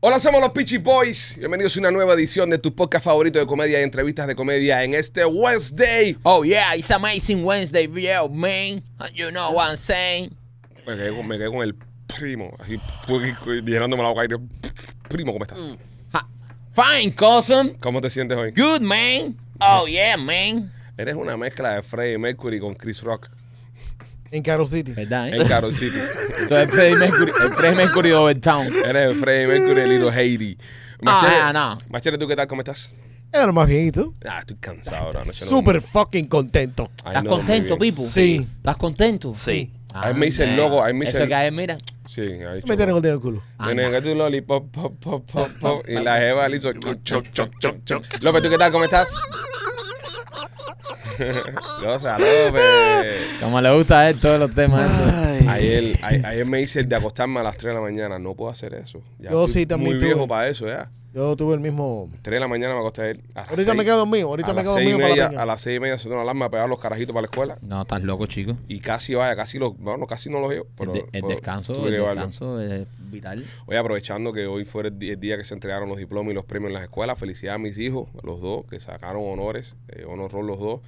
Hola, somos los Peachy Boys. Bienvenidos a una nueva edición de tu podcast favorito de comedia y entrevistas de comedia en este Wednesday. Oh yeah, it's amazing Wednesday, yeah, man. You know what I'm saying? Me quedé con, me quedé con el primo, así pu- pu- llenándome la boca de aire. Primo, ¿cómo estás? Ha- Fine, cousin. ¿Cómo te sientes hoy? Good, man. Oh yeah, man. Eres una mezcla de Freddie Mercury con Chris Rock En Caro City. ¿Verdad? eh? en Caro City. Entonces, Freddie Mercury, el Freddie Mercury de Overtown. Eres el Freddie Mercury de Little Haiti. Ah, no. Machete, ¿tú qué tal? ¿Cómo estás? Era lo más bien, ¿y tú? Ah, estoy cansado ahora. Anoche no- Súper fucking contento. Ay, ¿Estás no, dormí contento, bien. Pipo? Sí. ¿Estás contento? Ah, Sí. Ahí me hice el logo, ahí me hice Eso el- que hay, mira. Sí, ahí Me tienen el dedo en el culo. Ah, Tiene no. que tu lollipop, pop, pop, pop, pop. Y la jeva le hizo choc, choc, choc, choc, choc. López, ¿tú qué tal? ¿Cómo estás? Rosa López. Como le gusta a él todos los temas. Ah. Ayer, a- ayer me hice el de acostarme a las 3 de la mañana. No puedo hacer eso. Ya Yo estoy sí también Muy tuve. viejo para eso, ya. Yo tuve el mismo. 3 de la mañana me acosté a él. a las Ahorita seis. me quedo dormido, ahorita A me las quedo seis y dormido para la media- mañana. A las 6 y media sonó una alarma a pegar los carajitos para la escuela. No, estás loco, chico. Y casi, vaya, casi los. Bueno, casi no los llevo. Pero, el, de- el pero descanso, tuve el que llevarlo. descanso es vital. Oye, aprovechando que hoy fue el di- el día que se entregaron los diplomas y los premios en las escuelas, felicidades a mis hijos, a los dos, que sacaron honores, eh, honor roll los dos.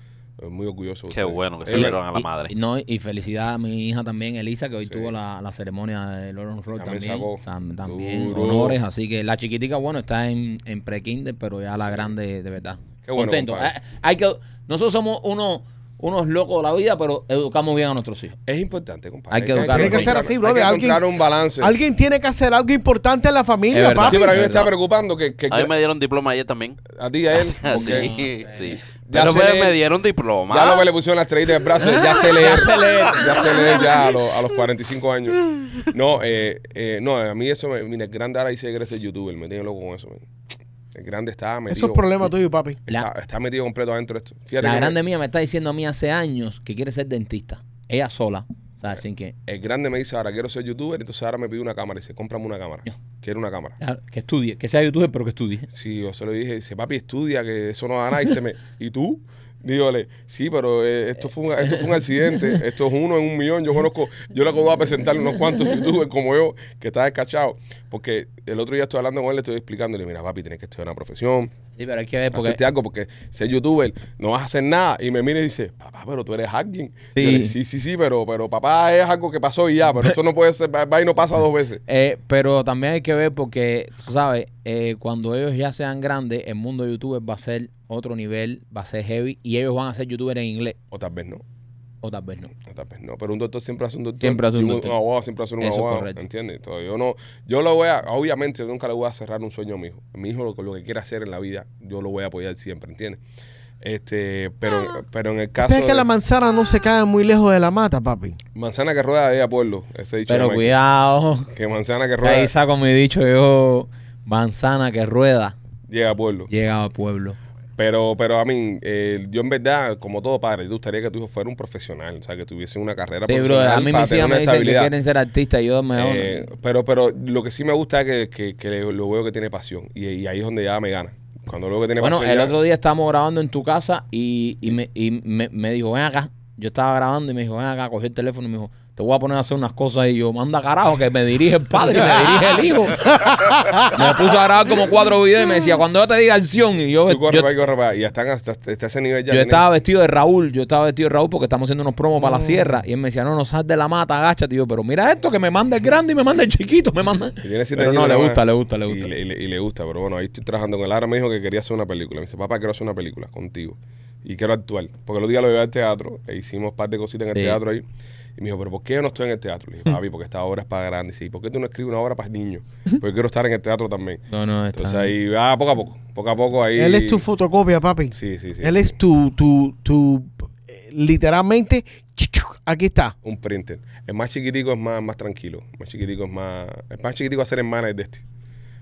Eh, Muy orgulloso. de Qué ustedes. bueno que Eh, se le dieron a la Y- madre. y no, y felicidad a mi hija también, Elisa, que hoy Sí. tuvo la, la ceremonia de Lawrence Roll También también. sacó. Sam- también Duro. honores. Así que la chiquitica, bueno, está en, en pre-kinder, pero ya la grande, de verdad. Qué bueno, Contento. compadre. Ah, Hay que, nosotros somos unos, unos locos de la vida, pero educamos bien a nuestros hijos. Es importante, compadre. Hay que educarlo. encontrar- Tiene que ser así, hay brother, que alguien- encontrar un balance. Alguien tiene que hacer algo importante en la Es familia, verdad. Sí, papi. pero a mí me Es está verdad. preocupando que, que- A mí me dieron diploma ayer también. a ti y a él. porque Sí, sí. Ya Pero se me, le- me dieron diploma. Ya lo que le pusieron las estrellitas en el brazo, ya se lee. ya se lee. Ya se lee ya a, los- a los 45 años. No, eh, eh, no, a mí eso, me, mira, el grande ahora dice que eres el youtuber, me tiene loco con eso. man. El grande está metido. Eso es problema tuyo, papi. Está, está metido completo adentro de esto. Fíjate La que grande me- mía me está diciendo a mí hace años que quiere ser dentista. Ella sola. O sea, así que, el grande me dice ahora quiero ser youtuber, entonces ahora me pide una cámara y dice, cómprame una cámara. Ya. Quiero una cámara. ah, que estudie, que sea youtuber, pero que estudie. Sí, yo se lo dije, dice, papi, estudia, que eso no da nada. Y se me, ¿y tú? Dígale, sí, pero eh, esto, fue un, esto fue un accidente, esto es uno en un millón. Yo conozco, yo le acabo de presentarle unos cuantos youtubers como yo que están descachados. Porque el otro día estoy hablando con él, le estoy explicándole, mira, papi, tienes que estudiar una profesión, Sí, pero hay que ver porque... hacerte algo, porque ser youtuber no vas a hacer nada. Y me mira y dice, papá, pero tú eres alguien. Sí. Yo le, sí, sí, sí, pero, pero papá es algo que pasó y ya, pero eso no puede ser, va va y no pasa dos veces. Eh, pero también hay que ver porque, tú sabes, eh, cuando ellos ya sean grandes, el mundo de YouTube va a ser otro nivel, va a ser heavy y ellos van a ser youtubers en inglés O tal vez no. o tal vez no. No, tal vez no, pero un doctor siempre hace un doctor. Siempre hace un y doctor. abogado siempre hace un Eso es abogado. correcto. ¿Entiendes? Entonces, yo no, yo lo voy a, obviamente, yo nunca le voy a cerrar un sueño a mi hijo. Mi hijo lo, lo que quiera hacer en la vida, yo lo voy a apoyar siempre, ¿entiendes? Este, pero, pero en el caso ¿Sabes Ah. que de la manzana no se cae muy lejos de la mata, papi? manzana que rueda de a pueblo, ese dicho. de Pero Mike. cuidado, Que manzana que que rueda ahí saco mi dicho yo, manzana que rueda, llega a pueblo. llega al pueblo. Pero, pero a mí, eh, yo en verdad, como todo padre, te gustaría que tu hijo fuera un profesional, o sea, que tuviese una carrera Sí, bro, profesional a mí para mis tener hijas una me dicen que estabilidad. quieren ser artistas y yo me doy- Eh, pero, pero lo que sí me gusta es que, que- que lo veo que tiene pasión. Y, y ahí es donde ya me gana. Cuando lo veo que tiene Bueno, pasión. el ya- otro día estábamos grabando en tu casa y, y me, y me- me dijo, ven acá. Yo estaba grabando y me dijo, ven acá, cogió el teléfono y me dijo, te voy a poner a hacer unas cosas. Y yo, manda carajo, que me dirige el padre y me dirige el hijo. me puso a grabar como cuatro videos y me decía, cuando yo te diga acción. Y yo, Tú corre yo, para ahí, corre para allá. Y ya están hasta, hasta ese nivel ya. yo tienen- estaba vestido de Raúl, yo estaba vestido de Raúl porque estamos haciendo unos promos para la sierra. Y él me decía, no, no sal de la mata, agáchate. Y yo, pero mira esto, que me manda el grande y me manda el chiquito, me manda. y tiene siete Pero años no, le nada más. gusta, le gusta, le Y gusta. y le- y le gusta, pero bueno, ahí estoy trabajando con él. Ahora me dijo que quería hacer una película. Me dice, papá, quiero hacer una película contigo. Y quiero actuar. Porque el otro día lo llevé al teatro e hicimos un par de cositas en el Sí. Mm. teatro ahí. Y me dijo, pero ¿por qué yo no estoy en el teatro? Le dije, papi, porque esta obra es para grandes. Y dice, ¿por qué tú no escribes una obra para niños? Porque quiero estar en el teatro también. No, no, está- Entonces ahí, ah, poco a poco, poco a poco ahí. Él es tu fotocopia, papi. Sí, sí, sí. Él es tu, tu, tu, eh, literalmente, chichuc, aquí está. un printer. El más chiquitico es más, más tranquilo. El más chiquitico es más. El más chiquitico va a ser el manager de este.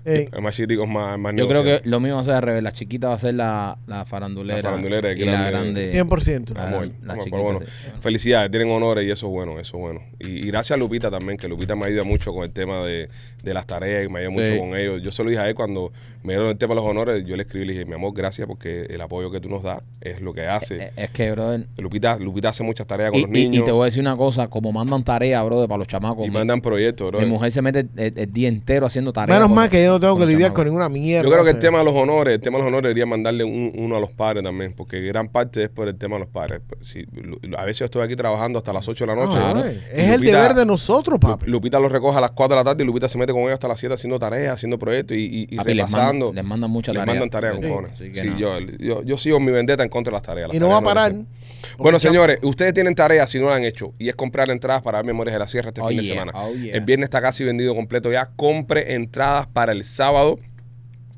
Eh, El más chiquitico es más, más Yo creo que negociante. lo mismo va a ser al revés. La chiquita va a ser la, la farandulera. La farandulera, y grande. la grande. 100%. la- Vamos a ver, vamos a la ver, chiquita, pero bueno, sí. felicidades, tienen honores y eso es bueno, eso es bueno. Y, y gracias a Lupita también, que Lupita me ayuda mucho con el tema de, de las tareas y me ayuda Sí. mucho con ellos. Yo se lo dije a él cuando me dieron el tema de los honores, yo le escribí y le dije, mi amor, gracias porque el apoyo que tú nos das es lo que hace. Eh, Es que, brother. Lupita, Lupita hace muchas tareas con Y, los y- y niños y, te voy a decir una cosa: como mandan tarea, brother, para los chamacos. mi, mandan proyectos, bro. mi mujer se mete el, el día entero haciendo tareas. menos porque- mal que yo no tengo que Con el lidiar tema. con ninguna mierda. Yo creo que el o sea. tema de los honores, el tema de los honores debería mandarle un- uno a los padres también, porque gran parte es por el tema de los padres. Pues, Si- lo- a veces yo estoy aquí trabajando hasta las 8 de la Ah, No, noche. no, eh, ¿no? es Y el Lupita- deber de nosotros, papi. Lu- Lupita los recoge a las 4 de la tarde y Lupita se mete con ellos hasta las 7 haciendo tareas, haciendo proyectos y, y, y Papi, les, mandan- repasando. les mandan muchas Les tareas. mandan tareas, Sí, cojones. así que Sí, nada. yo, yo, yo sigo mi vendetta en contra de las tareas. Las y no va a tareas parar. las hacen. Bueno, Porque- señores, ustedes tienen tareas si no la han hecho y es comprar entradas para Memorias de la Sierra este Oh, fin de yeah, semana. oh, yeah. El viernes está casi vendido completo ya. Compre entradas para el sábado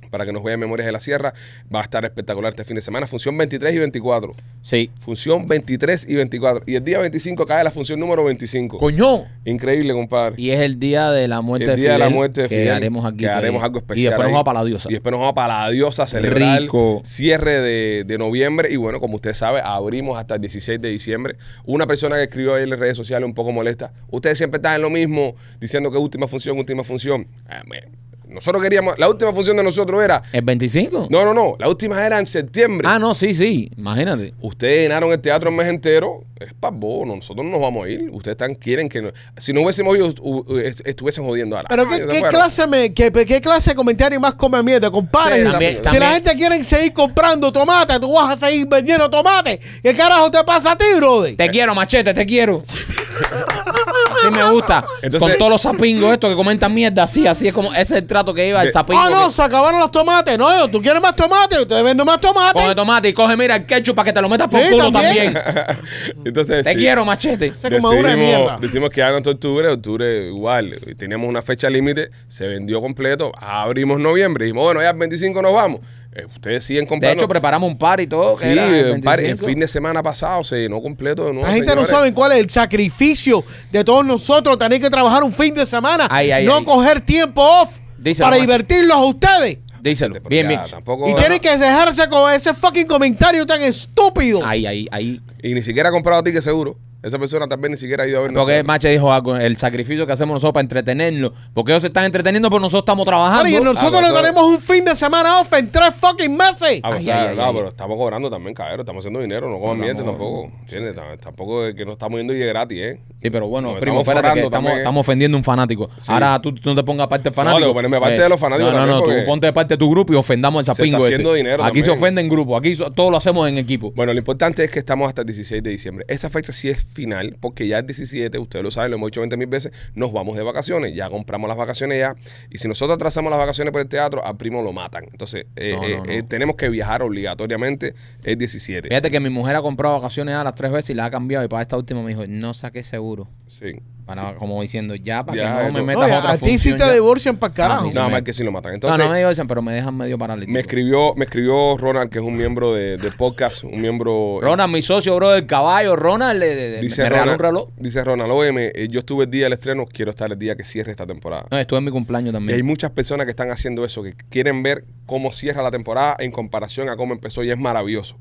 para que nos vean Memorias de la Sierra. Va a estar espectacular este fin de semana. Función 23 y 24. Sí. Función 23 y 24. Y el día 25 cae la función número 25. Coño. Increíble, compadre. Y es el día de la muerte el día de Fidel, la muerte de Fidel. Que haremos aquí. que haremos ahí. algo especial. Y después nos ahí. vamos para la diosa. Y después nos vamos para la diosa a celebrar Rico. cierre de, de noviembre. Y bueno, como usted sabe, abrimos hasta el 16 de diciembre. Una persona que escribió ahí en las redes sociales un poco molesta. Ustedes siempre están en lo mismo, diciendo que última función, última función. Ah, bueno, Nosotros queríamos, la última función de nosotros era, ¿El 25? no, no, no, la última era en septiembre. Ah, no, sí, sí. Imagínate. Ustedes llenaron el teatro el mes entero, es pavo, nosotros no nos vamos a ir. Ustedes están, quieren que no. Si no hubiésemos ido, u- u- est- estuviesen jodiendo ahora. Pero Ay, ¿qué, ¿se qué acuerdan? clase me, qué, qué clase de comentario más come mierda, compadre. Sí, si también- la también- gente quiere seguir comprando tomate, tú vas a seguir vendiendo tomate. ¿Qué carajo te pasa a ti, Ah, brother? Te quiero, machete, te quiero. Así me gusta. Entonces- Con todos los sapingos estos que comentan mierda, así, así es como ese es el trato que iba De- el sapingo. Ah, no, que- se acabaron los tomates. No, yo, tú quieres más tomate, yo te vendo más tomate. Coge tomate y coge, mira, el ketchup para que te lo metas por Sí, culo también. también. Entonces, Te sí. quiero, machete. Esa comadura de mierda. decimos que ya no es octubre, octubre igual. Teníamos una fecha límite, se vendió completo, abrimos noviembre. Dijimos, bueno, ya el 25 nos vamos. Eh, ustedes siguen De comprando. hecho, preparamos un party y todo. que sí, era el el, par- el 25. fin de semana pasado se llenó completo. de nuevo, La gente señores. no sabe cuál es el sacrificio de todos nosotros tener que trabajar un fin de semana, Ay, ay, no ay. coger tiempo off Díselo, para macho. divertirlos a ustedes. Díselo. Pero Bien, ya, Mitch. tampoco- y tienen que dejarse con ese fucking comentario tan estúpido. Ahí, ahí, ahí. Y ni siquiera ha comprado ticket seguro. Esa persona también ni siquiera ha ido a ver Porque nosotros. Mache dijo algo, el sacrificio que hacemos nosotros para entretenerlo. Porque ellos se están entreteniendo, pero nosotros estamos trabajando. Bueno, y nosotros Ah, no bueno. tenemos un fin de semana off en tres fucking meses. Ah, o Ay, sea, ay, ay, no, ay. pero estamos cobrando también, cabrón. Estamos haciendo dinero, no coman miente tampoco. ¿Entiendes? Tam- Tampoco es que no estamos yendo y de gratis, ¿eh? Sí, pero bueno, Nos primo, estamos espérate que forrando estamos, también, ¿eh? estamos ofendiendo a un fanático. Sí. Ahora tú, tú no te pongas parte del fanático. tengo que ponerme parte Eh, de los fanáticos No, no, también, no, porque tú ponte de parte de tu grupo y ofendamos se al está sapingo. haciendo dinero Aquí se también. ofende en grupo, aquí so- todo lo hacemos en equipo. Bueno, lo importante es que estamos hasta el 16 de diciembre. Esa fecha sí es final, porque ya el 17, ustedes lo saben, lo hemos hecho 20 mil veces, nos vamos de vacaciones, ya compramos las vacaciones ya. Y si nosotros atrasamos las vacaciones por el teatro, al primo lo matan. Entonces, eh, No, eh, no, no. eh, tenemos que viajar obligatoriamente el 17. Fíjate que mi mujer ha comprado vacaciones a las tres veces y la ha cambiado. Y para esta última me dijo, no saqué seguro. Sí. Para, Como diciendo, ya, para Ya, que no esto- me No, metas y a- otra a ti sí función te ya. Ah, divorcian para carajo. sí, Nada me- más que si lo matan. Entonces, no, no me divorcian, pero me dejan medio paralítico. me escribió, me escribió Ronald, que es un miembro de, de podcast, un miembro. Ronald, mi socio, bro, del caballo. Ronald, le, le- le- me Dice regaló Ronald, un reloj. dice Ronald, óyeme, eh, yo estuve el día del estreno, quiero estar el día que cierre esta temporada. No, estuve en mi cumpleaños Y hay también. muchas personas que están haciendo eso, que quieren ver cómo cierra la temporada en comparación a cómo empezó y es maravilloso.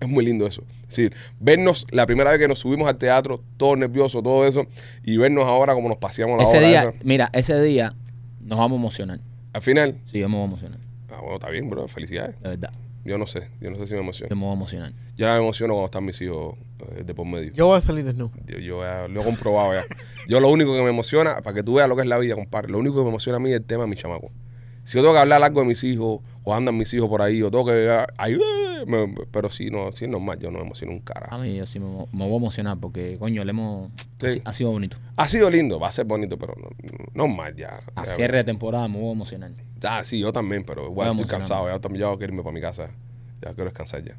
Es muy lindo eso. Sí, vernos la primera vez que nos subimos al teatro, todo nervioso, todo eso, y vernos ahora como nos paseamos la Ese hora día, esa. mira, ese día nos vamos a emocionar. Al final, Sí, yo me voy a emocionar, ah, bueno, está bien, bro, felicidades. de verdad. Yo no sé, yo no sé si me Yo emociono. me voy a emocionar. Yo ahora me emociono cuando están mis hijos eh, de por medio. Yo voy a salir desnudo. Yo, yo ya lo he comprobado ya. Yo lo único que me emociona, para que tú veas lo que es la vida, compadre, lo único que me emociona a mí es el tema de mi chamaco. Si yo tengo que hablar algo de mis hijos, o andan mis hijos por ahí, o tengo que... Ay, eh, me- pero sí, no, sí es normal, yo no me emociono un A carajo. mí yo sí me, mo- me voy a emocionar porque, coño, le hemos... Ah. Sí. ha si- Ha sido bonito. Ha sido lindo, va a ser bonito, pero no, normal ya. A Ya, cierre de temporada me voy a emocionar. Ah, sí, yo también, pero igual Vamos, estoy cansado, ya, tam- ya quiero irme para mi casa. Ya quiero descansar ya.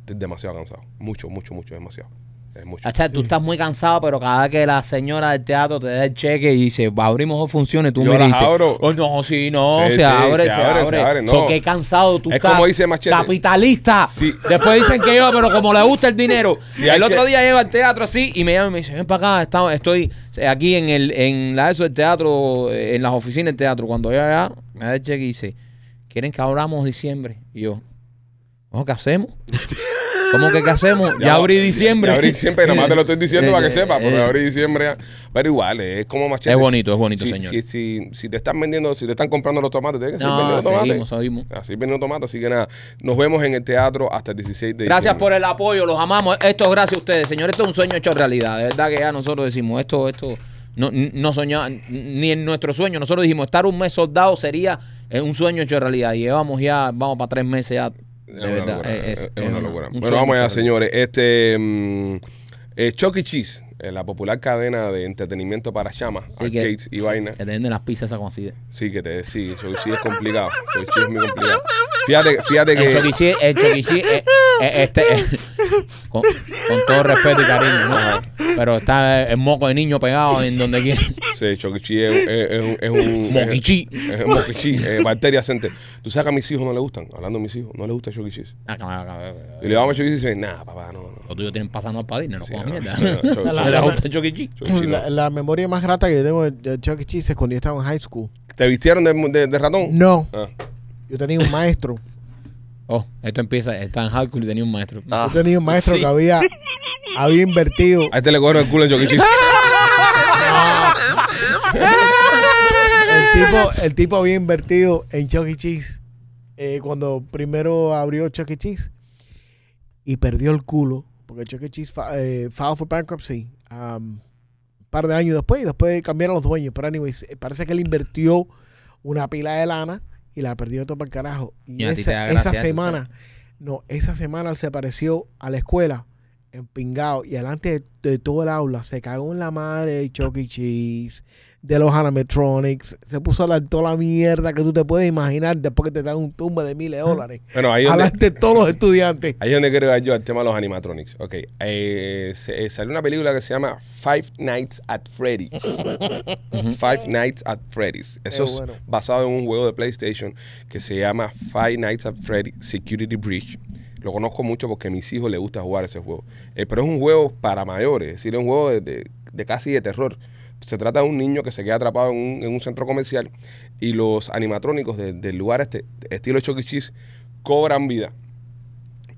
Estoy demasiado cansado. Mucho, mucho, mucho, demasiado. Es mucho. Achá, tú estás muy cansado, pero cada vez que la señora del teatro te da el cheque y dice, abrimos dos funciones, tú Yo me las dices, abro. "Oh, no, sí, no, Sí, se, sí, abre, se, abre, se abre, no. So, qué cansado tú Es estás. como dice Machete. Capitalista. Sí. Después dicen que yo, pero como le gusta el dinero. Sí, hay el otro que- día llego al teatro así y me llama y me dice, ven para acá, está- estoy eh, aquí en el en la eso del teatro, eh, en las oficinas del teatro. Cuando yo allá, me da el cheque y dice, ¿quieren que abramos diciembre? Y yo, "No, ¿qué hacemos? ¿Cómo que qué hacemos? Ya, abrí diciembre. Ya abrí diciembre, nada más te lo estoy diciendo Eh, para que eh, sepas, porque eh. abrí diciembre. ya. Pero igual, eh, es como machete. Es bonito, es bonito, Si- señor. Si, si, si te están vendiendo, si te están comprando los tomates, tienes que seguir No, vendiendo seguimos, tomates. seguimos. Así vendiendo tomates, así que nada. Nos vemos en el teatro hasta el 16 de Gracias diciembre. por el apoyo, los amamos. Esto es gracias a ustedes, señores. Esto es un sueño hecho realidad. De verdad que ya nosotros decimos esto, esto, No, n- no soñaba, n- ni en nuestro sueño. Nosotros dijimos, estar un mes soldado sería eh, un sueño hecho realidad. Y llevamos ya, vamos para tres meses ya. Es De una verdad, locura, es- es- es- es es una una- locura. un Bueno, sueño vamos allá, hecho señores. Este. mm, eh, Chuck E. Cheese, eh, la popular cadena de entretenimiento para chamas, Sí, que- arcades y vainas. Que te venden las pizzas esas como así. de- Sí, que te sí, Chuck E. Cheese es complicado. Chuck E. Cheese es muy complicado. Fíjate, fíjate El que. choquichí, el choquichí, eh, eh, este, eh, con, con todo respeto y cariño, ¿no? Pero está el, el moco de niño pegado en donde quiera. Sí, Chuck E. Cheese es, es- es un- es un. es- Moquichí. es Moquichí, eh, bacteria center. Tú sabes que a mis hijos no les gustan. Hablando de mis hijos, no les gusta Chuck E. Cheese. Ah, que- que- Y le vamos a Chuck E. Cheese y dicen, nah, papá, no, no. Los tuyos tienen pasando al padrino, no Sí, comas no, mierda. no, no, choc- No le gusta el choquichí. Chuck E. Cheese, no. La, la memoria más grata que yo tengo de- de Chuck E. Cheese es cuando yo estaba en high school. ¿Te vistieron de, de- de ratón? No, Ah. yo tenía un maestro. Oh, esto empieza, está en hardcore y tenía un maestro. Ah, Yo tenía un maestro sí. que había, había invertido. A este le cogieron el culo en Chuck E. Cheese. El tipo, el tipo había invertido en Chuck E. Cheese eh, cuando primero abrió Chuck E. Cheese y perdió el culo porque Chuck E. Cheese fa- eh, filed for bankruptcy um, un par de años después y después cambiaron los dueños. Pero, anyways, eh, parece que él invirtió una pila de lana y la perdió todo para el carajo. Y, Y a ti te da esa, gracia esa eso, semana, no, esa semana él se apareció a la escuela empingado y delante de, de todo el aula se cagó en la madre de Chuck E. Cheese de los animatronics, se puso a hablar toda la mierda que tú te puedes imaginar después que te dan un tumba de miles de dólares. Bueno, ahí es donde, Hablaste de todos los estudiantes. ahí es donde quiero llegar yo al tema de los animatronics. Ok, eh, se- eh, salió una película que se llama Five Nights at Freddy's. Five Nights at Freddy's. Eso Qué es bueno. basado en un juego de PlayStation que se llama Five Nights at Freddy's Security Breach. Lo conozco mucho porque a mis hijos les gusta jugar ese juego. Eh, pero es un juego para mayores, es decir, es un juego de, de- de casi de terror. Se trata de un niño que se queda atrapado en un, en un centro comercial y los animatrónicos de- del lugar este, estilo Chuck E. Cheese, cobran vida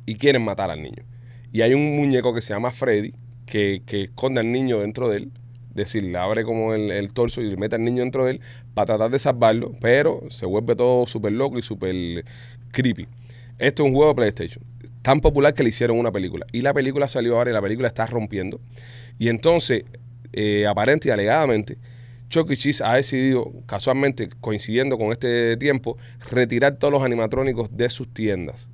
y quieren matar al niño. Y hay un muñeco que se llama Freddy que, que esconde al niño dentro de él. Es decir, le abre como el, el torso y le mete al niño dentro de él para tratar de salvarlo, pero se vuelve todo súper loco y súper creepy. Esto es un juego de PlayStation, tan popular que le hicieron una película. Y la película salió ahora y la película está rompiendo. Y entonces, eh, aparente y alegadamente, Chuck E. Cheese ha decidido, casualmente, coincidiendo con este tiempo, retirar todos los animatrónicos de sus tiendas.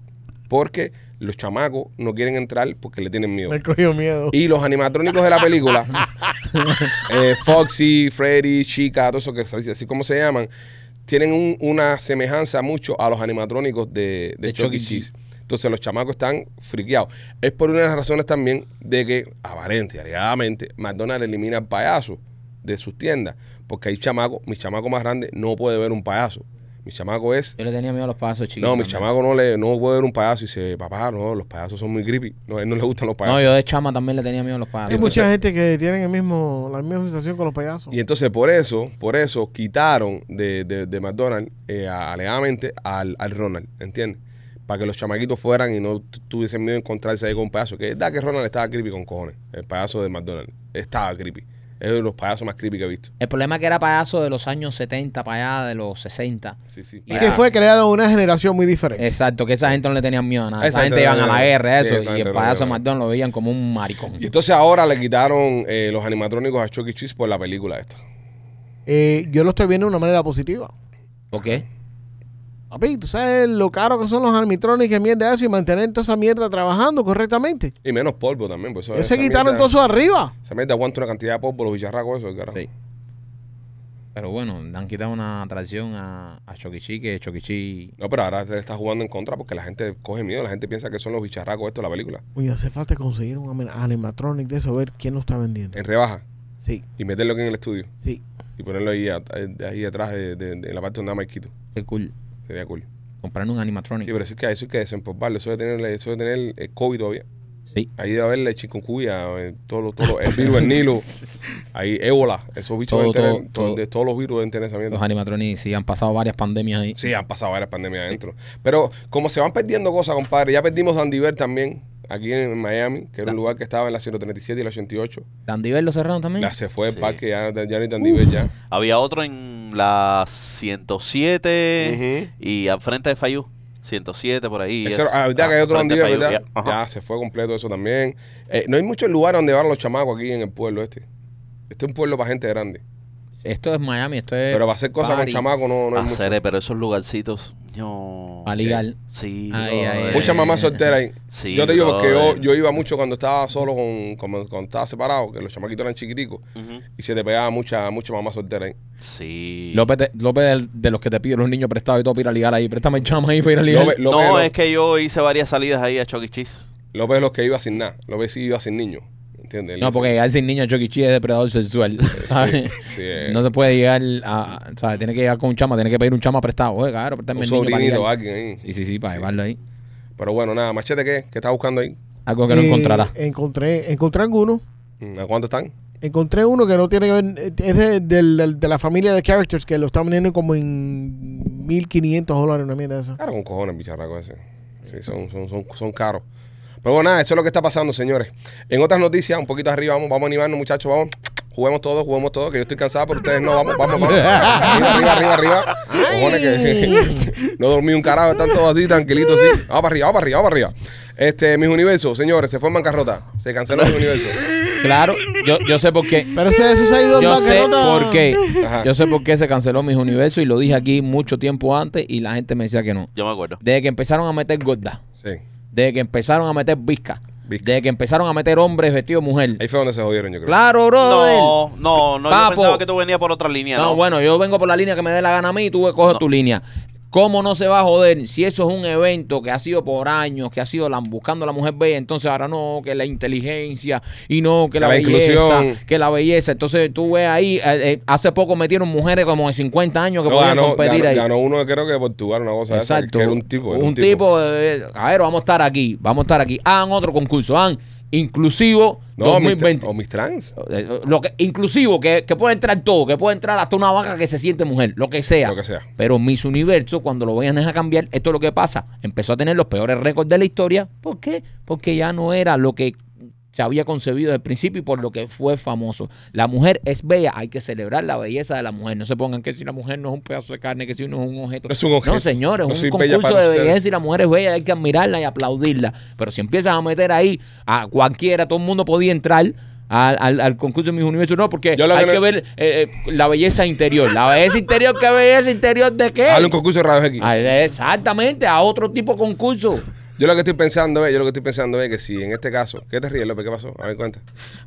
Porque los chamacos no quieren entrar porque le tienen miedo. Me cogió miedo. Y los animatrónicos de la película, eh, Foxy, Freddy, Chica, todo eso que se dice, así como se llaman, tienen un- una semejanza mucho a los animatrónicos de, de De Chuck E. Chuck E. Cheese. Entonces los chamacos están friqueados. Es por una de las razones también de que, aparente, alegadamente, McDonald's elimina al payaso de sus tiendas. Porque hay chamacos, mi chamaco más grande no puede ver un payaso. Mi chamaco es Yo le tenía miedo a los payasos chicos. no, mi también. chamaco no le no puede ver un payaso y dice, papá, no, los payasos son muy creepy. No, a él no le gustan los No, payasos. yo de chama también le tenía miedo a los Hay payasos. mucha gente que tiene el mismo, la misma situación con los payasos. Y entonces por eso, por eso quitaron de, de, de McDonald's eh, a- alegadamente al, al Ronald, ¿entiendes? Para que los chamaquitos fueran y no t- tuviesen miedo de encontrarse ahí con un payaso. Que es verdad que Ronald estaba creepy con cojones. El payaso de McDonald's. Estaba creepy. Es uno de los payasos más creepy que he visto. El problema es que era payaso de los años 70 para allá, de los 60. Sí, sí. Y- que fue creado una generación muy diferente. Exacto, que esa gente no le tenían miedo a nada. Exacto, eh, Esa gente iban a la guerra, sí, eso. esa y gente el no payaso le- de McDonald's lo veían como un maricón. Y entonces ahora le quitaron eh, los animatrónicos a Chucky Cheese por la película esta. Eh, yo lo estoy viendo de una manera positiva. ¿Por qué? Papi, tú sabes lo caro que son los armitrones y que mierda eso y mantener toda esa mierda trabajando correctamente. Y menos polvo también. Pues eso, Ellos se esa quitaron mierda- todo eso de arriba. Se mete aguanta una cantidad de polvo, los bicharracos, eso, carajo. Sí. Pero bueno, le han quitado una atracción a, a Chokichi, que Chokichi. No, pero ahora se está jugando en contra porque la gente coge miedo, la gente piensa que son los bicharracos esto de la película. Uy, hace falta conseguir un anim- animatronic de eso, a ver quién lo está vendiendo. En rebaja. Sí, Y meterlo aquí en el estudio. sí. Y ponerlo ahí, a- a- ahí atrás de, de- de la parte donde ama Quito. Qué cool. Sería cool. Comprar un animatronic. Sí, Sí. pero eso es que eso es que desempolvarlo. Eso de tener, eso de tener eh, COVID todavía. Ahí debe haberle chikungunya, eh, todos los, todos los- el virus del Nilo. Ahí, ébola. Esos bichos Todo, deben tener- todo, to- de todos los virus deben tener esa mierda. Los animatronics sí han pasado varias pandemias ahí. Sí, han pasado varias pandemias adentro. Pero como se van perdiendo cosas, compadre, ya perdimos Dandiver también, aquí en Miami, que era un lugar que estaba en la 137 y la 88. ¿Dandiver lo cerraron también? Ya se fue el Sí. parque, ya, ya no hay Dandiver ya. Había otro en la Ujú. 107 y al frente de Fayú. 107 por ahí. Eso, eso. ah, verdad que hay Ah, otro frente a Dandiver, Fayú, ¿verdad? ya, Ya, ajá. se fue completo eso también. Eh, no hay muchos lugares donde van los chamacos aquí en el pueblo este. Este es un pueblo para gente grande. Eh, Esto es Miami, esto es. Pero para hacer cosas party, con chamaco no, no hay mucho. Hacer, pero esos lugarcitos. Yo. Para ligar. Sí. eh, Ay, ay, ay. brother. Mucha mamá soltera ahí. Sí, yo te digo porque yo, brother. yo iba mucho cuando estaba solo con, con- cuando estaba separado, que los chamaquitos eran chiquiticos, Ujú. y se te pegaba mucha, mucha mamá soltera ahí. Sí. López, te- López del- de, los que te piden los niños prestados y todo para ir a ligar ahí. Préstame el chama ahí para ir a ligar. López, López no, lo- es que yo hice varias salidas ahí a Chucky Cheese. López es los que iba sin nada. López sí iba sin niños. ¿Entiendes? no, porque llegar sin niño a Chucky Cheese es depredador sexual. ¿sabes? sí, eh. No se puede llegar a. a- ¿Sabes? Tiene que llegar con un chama, tiene que pedir un chama prestado. Oye, claro, préstame un el niño para sobrinito ligar. alguien ahí. Sí, sí, sí, para Sí, llevarlo ahí. Pero bueno, nada, machete qué, qué estás buscando ahí. Algo que no Eh, encontrarás. Encontré, encontré alguno. Mm, ¿A cuánto están? Encontré uno que no tiene que ver, eh, es de, del- del- de la familia de characters que lo están vendiendo como en 1500 dólares, una mierda de esa. Claro, con cojones, bicharraco ese. Sí, son, son, son, son caros. Pero bueno, nada, eso es lo que está pasando, señores. En otras noticias, un poquito arriba, vamos, vamos a animarnos, muchachos, vamos. Juguemos todos, juguemos todos, que yo estoy cansado, pero ustedes no, vamos, vamos, vamos. Arriba, arriba, arriba, arriba. Cojones que no dormí un carajo, están todos así, tranquilitos, así. Vamos para arriba, vamos para arriba, vamos para arriba. Este, mis universos, señores, se fue en bancarrota. Se canceló mis universos. Claro, yo, yo sé por qué. Pero ese, eso se ha ido en Yo sé bancarrota. por qué. Ajá. Yo sé por qué se canceló Mis Universos y lo dije aquí mucho tiempo antes y la gente me decía que no. Yo me acuerdo. Desde que empezaron a meter gordas, Sí. desde que empezaron a meter viscas, Visca. desde que empezaron a meter hombres vestidos de mujer. Ahí fue donde se jodieron, yo creo. Claro, brother. No, No, no, no. Papo. Yo pensaba que tú venías por otra línea. No, bueno, yo vengo por la línea que me dé la gana a mí y tú coges No. tu línea. ¿Cómo no se va a joder si eso es un evento que ha sido por años, que ha sido la- buscando a la mujer bella? Entonces ahora no, que la inteligencia y no, que la, La belleza, inclusión. que la belleza. Entonces tú ves ahí, eh, eh, hace poco metieron mujeres como de 50 años que No, podían ganó, competir ganó- ahí. ganó uno, creo que de Portugal, una cosa de esa, Exacto. que era un tipo. era un tipo, eh, a ver, vamos a estar aquí, vamos a estar aquí. Hagan otro concurso, hagan inclusivo No, oh. mis, 2020. o mis trans. Eh, Lo que, inclusivo, que, que puede entrar todo, que puede entrar hasta una vaca que se siente mujer, lo que sea. Lo que sea. Pero Miss Universo, cuando lo vayan a cambiar, esto es lo que pasa. Empezó a tener los peores récords de la historia. ¿Por qué? Porque ya no era lo que se había concebido desde el principio y por lo que fue famoso. La mujer es bella, hay que celebrar la belleza de la mujer. No se pongan que si la mujer no es un pedazo de carne, que si no es un objeto. No es un objeto. No, señores, No es un soy bella concurso para de ustedes. belleza y la mujer es bella, hay que admirarla y aplaudirla. Pero si empiezas a meter ahí a cualquiera, todo el mundo podía entrar. Al, al- al concurso de mis universos, no, porque Yo lo que hay no- que ver eh, eh, la belleza interior. La belleza interior, ¿qué belleza interior de qué? Hazle un concurso de rayos X. Ah, Exactamente, a otro tipo de concurso. Yo lo que estoy pensando es, yo lo que estoy pensando es que si en este caso, ¿qué te ríes, López? ¿Qué pasó? A ver, cuenta.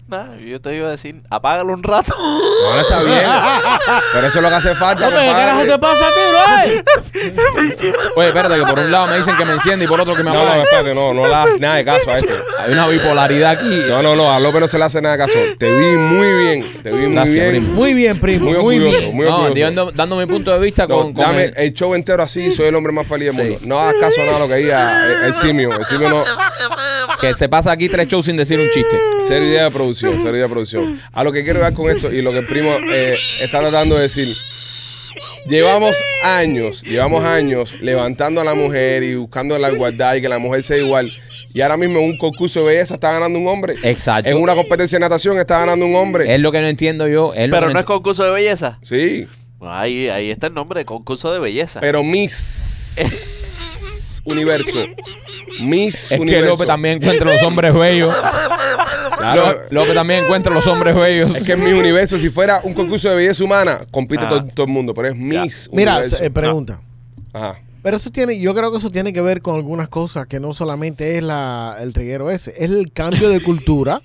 Nah, yo te iba a decir, apágalo un rato. Ahora está bien. Pero eso es lo que hace falta, Hombre, ¿qué carajo compadre. te pasa a ti, bro? Oye, espérate, que por un lado me dicen que me enciende y por otro que me No, no, apaga. espérate, no, no le hagas nada de caso a este. Hay una bipolaridad aquí. No, no, no, a López no se le hace nada de caso. Te vi muy bien, te vi muy Gracias, bien. primo. Muy bien, primo. Muy Muy, orgulloso, bien. muy No, yo orgulloso. ando- dando mi punto de vista No, con, con dame el- el show entero así, soy el hombre más feliz del mundo. Sí. No hagas caso a nada de lo que diga el- el simio. El simio no, que se pasa aquí tres shows sin decir un chiste. Ser idea de producción, ser idea de producción. A lo que quiero llegar con esto y lo que el primo eh, está tratando de decir. Llevamos años, llevamos años levantando a la mujer y buscando la igualdad y que la mujer sea igual. Y ahora mismo en un concurso de belleza está ganando un hombre. Exacto. Eh. En una competencia de natación está ganando un hombre. Es lo que no entiendo yo. es lo Pero que no es concurso de belleza. Sí, Ahí, ahí está el nombre, concurso de belleza. pero Miss Universo. Miss Es que Universo. López también encuentra los hombres bellos. Claro. Ló- López también encuentra los hombres bellos. Es que es mi universo. Si fuera un concurso de belleza humana, compite Ah. todo, todo el mundo, pero es Miss Mira, Universo. eh, pregunta. Ajá. Pero eso tiene, yo creo que eso tiene que ver con algunas cosas que no solamente es la, el triguero ese, es el cambio de cultura.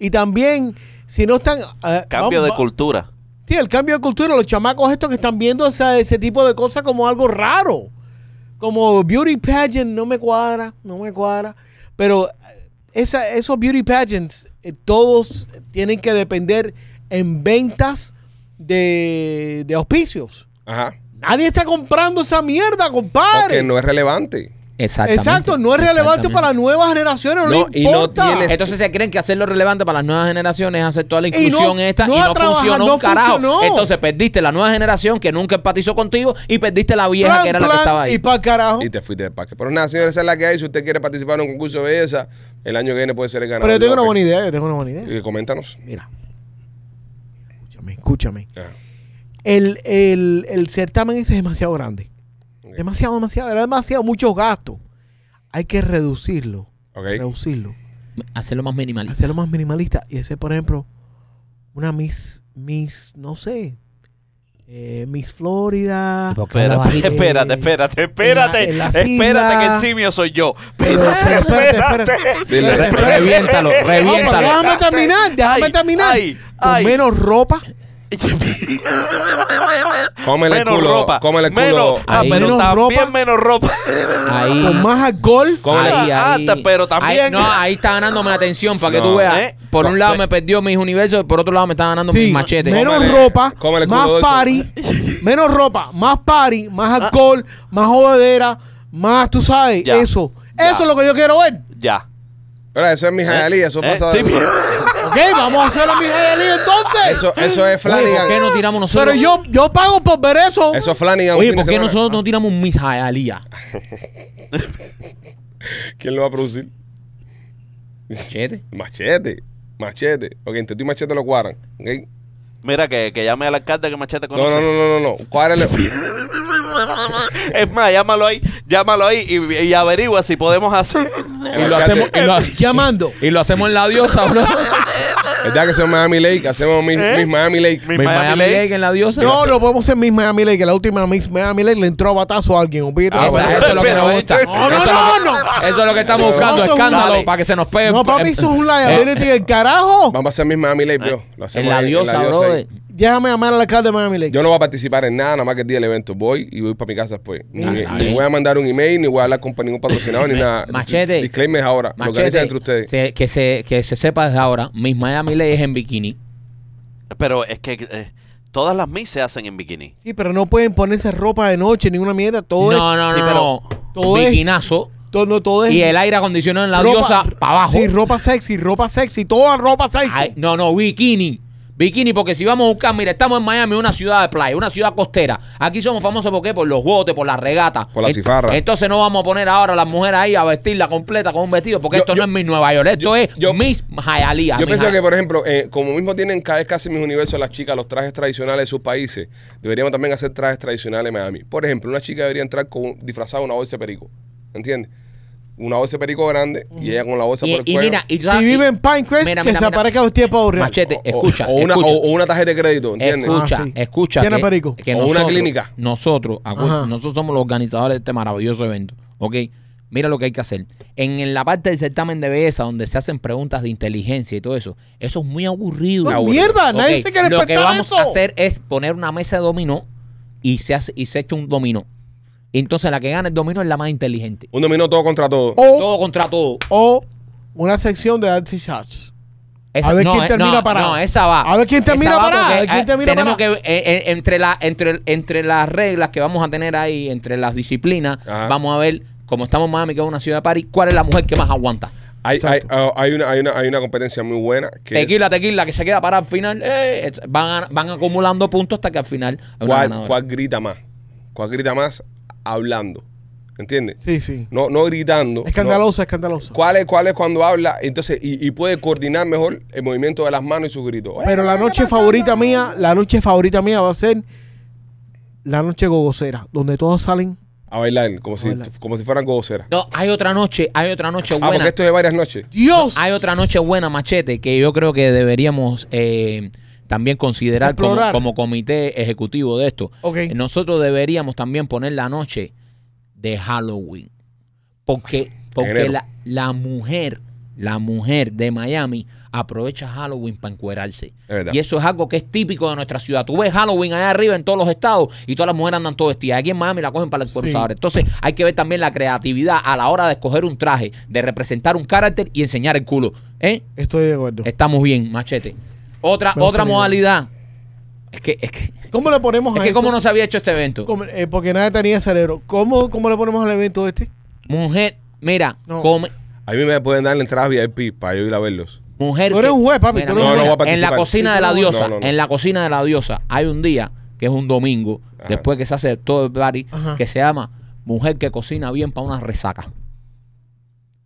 Y también, si no están. eh, Cambio vamos- de va- cultura. Sí, el cambio de cultura, los chamacos estos que están viendo esa- ese tipo de cosas como algo raro. Como beauty pageant, no me cuadra, no me cuadra. Pero eh, esa, esos beauty pageants, eh, todos tienen que depender en ventas de, de auspicios. Ajá. Nadie está comprando esa mierda, compadre. Porque no es relevante. Exactamente. Exacto, no es relevante Exactamente. para las nuevas generaciones, no, No, le y no importa. tienes- Entonces se creen que hacerlo relevante para las nuevas generaciones es hacer toda la Y no- inclusión esta no y a no trabajar, funcionó no un carajo. funcionó. Entonces perdiste la nueva generación que nunca empatizó contigo y perdiste la vieja Plan, que era la plan, que estaba ahí. Y para carajo. Y te fuiste de parque. Pero nada, señores, esa es la que hay. Si usted quiere participar en un concurso de belleza, el año que viene puede ser el ganador. Pero yo tengo una López. buena idea, yo tengo una buena idea. Y coméntanos. Mira. Escúchame, escúchame. Ajá. el, el, el certamen ese es demasiado grande. Ok. Demasiado, demasiado, era demasiado, muchos gastos. Hay que reducirlo, Ok. reducirlo, Hacerlo más minimalista. hacerlo más minimalista y hacer, por ejemplo, una Miss, Miss, no sé, eh, Miss Florida. ¿Por qué hablas Espérate, bajito? espérate, espérate, espérate. en la espérate isla. que el simio soy yo. Pero, pero espérate, espérate. Dile, Re- espérate. reviéntalo, No, pero reviéntalo. déjame terminar, déjame Ay, terminar. ay, Con ay. menos ropa. Cómele el menos culo, ropa. cómele el menos, culo. ah, Ahí. pero Menos también ropa. menos ropa. Ahí. Con más alcohol. Cómele- ahí, Ah, ahí. ah, pero también- Ahí- no, ahí está ganándome la atención para que No. tú veas. ¿Eh? Por un lado Ve- me perdió mis universos, por otro lado me está ganando Sí, mis machetes. menos Cómele- ropa, cómele el más culo de eso. party, menos ropa, más party, Ah. más alcohol, más jodedera, más, tú sabes, Ya, eso. ya. Eso es lo que yo quiero ver. Ya. Pero eso es mi Jalí, eso Eh, pasa. sí, Ok, vamos a hacerlo mi Jalí entonces. Eso, eso es Oye, ¿por qué Flanagan. no tiramos nosotros? Pero yo, yo pago por ver eso. Eso es Flanagan. un Oye, fin de ¿por qué semana. nosotros no tiramos un Miss Hialeah? ¿Quién lo va a producir? Machete. Machete. Machete. Ok, entre tú y Machete lo cuadran. ¿ok? Mira, que, que llame al alcalde que Machete No, conoce. no, no, no, no. no. Cuádrale. Es más, llámalo ahí, llámalo ahí y, y averigua si podemos hacer. Y lo hacemos, y lo, Llamando. y lo hacemos en la diosa, bro. ¿Verdad que hacemos Miami Lake? Hacemos mi- ¿Eh? mis Miami Lake. Miss Miami Lakes. Lake en la diosa. No, lo podemos hacer Miss Miami Lake. que La última Miss Miami Lake le entró a batazo a alguien. olvídate Ah, de Esa- bueno. eso. eso es lo que Pero, nos gusta. eh, no, Eso es no, lo que- Eso no. es lo que estamos No, buscando, eso es un- escándalo, dale. para que se nos pegue. No, papi, Eh, eso es un liability del carajo. Vamos a hacer mis Miami Lake, bro. Lo hacemos Ah, En la ahí, diosa, diosa bro. ahí. Déjame llamar al alcalde de Miami Lake. Yo no voy a participar en nada, nada más que el día del evento. Voy y voy para mi casa después. Ni, Nice. ni voy a mandar un email, ni voy a hablar con ningún patrocinador, ni nada. Machete. Disclaimer ahora. Lo que Machete, entre ustedes. se- que, se, que se sepa desde ahora, Miss Miami Lake es en bikini. Pero es que eh, todas las mis se hacen en bikini. Sí, pero no pueden ponerse ropa de noche, ninguna mierda. Todo es. no, no, sí, no, pero no. todo es- Bikinazo. Todo, no, todo es y el aire acondicionado en la ropa- diosa para abajo. Sí, ropa sexy, ropa sexy, toda ropa sexy. Ay, no, no, bikini. Bikini, porque si vamos a buscar, mira, estamos en Miami, una ciudad de playa, una ciudad costera. Aquí somos famosos ¿por qué? por los botes, por las regatas. Por las Ent- cifarras. Entonces no vamos a poner ahora a las mujeres ahí a vestirla completa con un vestido, porque Yo- esto yo- no es Miss Nueva York, esto yo- es yo- Miss Hialeah. Yo pienso Miss que, Hialeah. por ejemplo, eh, como mismo tienen cada vez casi mis universos las chicas, los trajes tradicionales de sus países, deberíamos también hacer trajes tradicionales en Miami. Por ejemplo, una chica debería entrar con un- disfrazada de una bolsa de perico. ¿Entiendes? Una bolsa de perico grande y ella con la bolsa por el y, y cuello. mira, y, tú sabes- si y- vive en Pinecrest, Mira, que mira, mira. se aparezca usted para ahorrar. Machete, O- escucha, o, una, escucha. o- o una tarjeta de crédito, ¿entiendes? Escucha, Ah, sí. escucha. Tiene que- perico. que O una nosotros- clínica. Nosotros, acu- Ajá. nosotros somos los organizadores de este maravilloso evento. ¿Ok? Mira lo que hay que hacer. En, en la parte del certamen de belleza, donde se hacen preguntas de inteligencia y todo eso, eso es muy aburrido. No, Aburrido. mierda, nadie Ok, se quiere Lo que inventar vamos eso. a hacer es poner una mesa de dominó y se, hace, y se echa un dominó. Entonces, la que gana el dominó es la más inteligente. Un dominó todo contra todo. O, Todo contra todo. o una sección de anti shots. Esa- A ver quién termina no, parado. No, esa va. A ver quién termina Esa va parado, porque, a ver quién eh, termina tenemos parado. que eh, eh, entre la entre entre las reglas que vamos a tener ahí, entre las disciplinas, Ajá. vamos a ver como estamos en Miami, que es una ciudad de París, cuál es la mujer que más aguanta. Hay, hay, oh, hay una, hay, una, hay una competencia muy buena que es- Tequila, tequila, que se queda parada al final, eh, es- van, a- van acumulando puntos hasta que al final hay una ¿Cuál, ganadora. cuál grita más? ¿Cuál grita más hablando? ¿Entiendes? Sí, sí. No, no gritando. no- Escandaloso, escandaloso. ¿Cuál es, cuál es cuando habla? Entonces, y, y puede coordinar mejor el movimiento de las manos y su grito. Pero la noche favorita mía, la noche favorita mía va a ser la noche gogocera, donde todos salen. A bailar, como, si, bailar. como si fueran goceras. No, hay otra noche, hay otra noche ah, buena. porque esto es de varias noches. Dios. Hay otra noche buena, Machete, que yo creo que deberíamos eh, también considerar como, Explorar. como comité ejecutivo de esto. Eh, Ok. Nosotros deberíamos también poner la noche de Halloween. Porque, porque enero. la, la mujer, la mujer de Miami aprovecha Halloween para encuerarse. Es verdad. Y eso es algo que es típico de nuestra ciudad. Tú ves Halloween allá arriba en todos los estados y todas las mujeres andan todas vestidas. Aquí en Miami la cogen para el cuerpo. Sí. ahora. Entonces hay que ver también la creatividad a la hora de escoger un traje, de representar un carácter y enseñar el culo. ¿Eh? Estoy de acuerdo. Estamos bien, machete. Otra, Me gusta otra la idea. modalidad. Es que, es que, ¿Cómo le ponemos Este. es a que esto? cómo no se había hecho este evento. Como- eh, porque nadie tenía cerebro. ¿Cómo, ¿Cómo le ponemos al evento este? Mujer, mira, No. come. A mí me pueden dar la entrada VIP para yo ir a verlos. Mujer. Tú eres que- un juez, papi, Mira, tú eres mira, un mira, juez. No, no voy a en la participar. cocina Sí, de la no, diosa, no, no. en la cocina de la diosa, hay un día que es un domingo, Ajá. después que se hace todo el party, Ajá. que se llama Mujer que cocina bien para una resaca.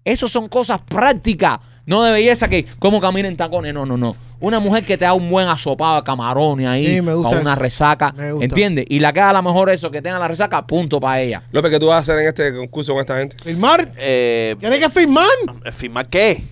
Esas son cosas prácticas, no de belleza que cómo camina en tacones, no, no, no. Una mujer que te da un buen asopado de camarones ahí, Sí, me gusta para una eso. resaca, Me gusta. ¿entiendes? Y la que haga la mejor eso, que tenga la resaca, punto para ella. López, ¿qué tú vas a hacer en este concurso con esta gente? ¿Filmar? Eh, ¿Tienes que filmar? ¿Firma qué?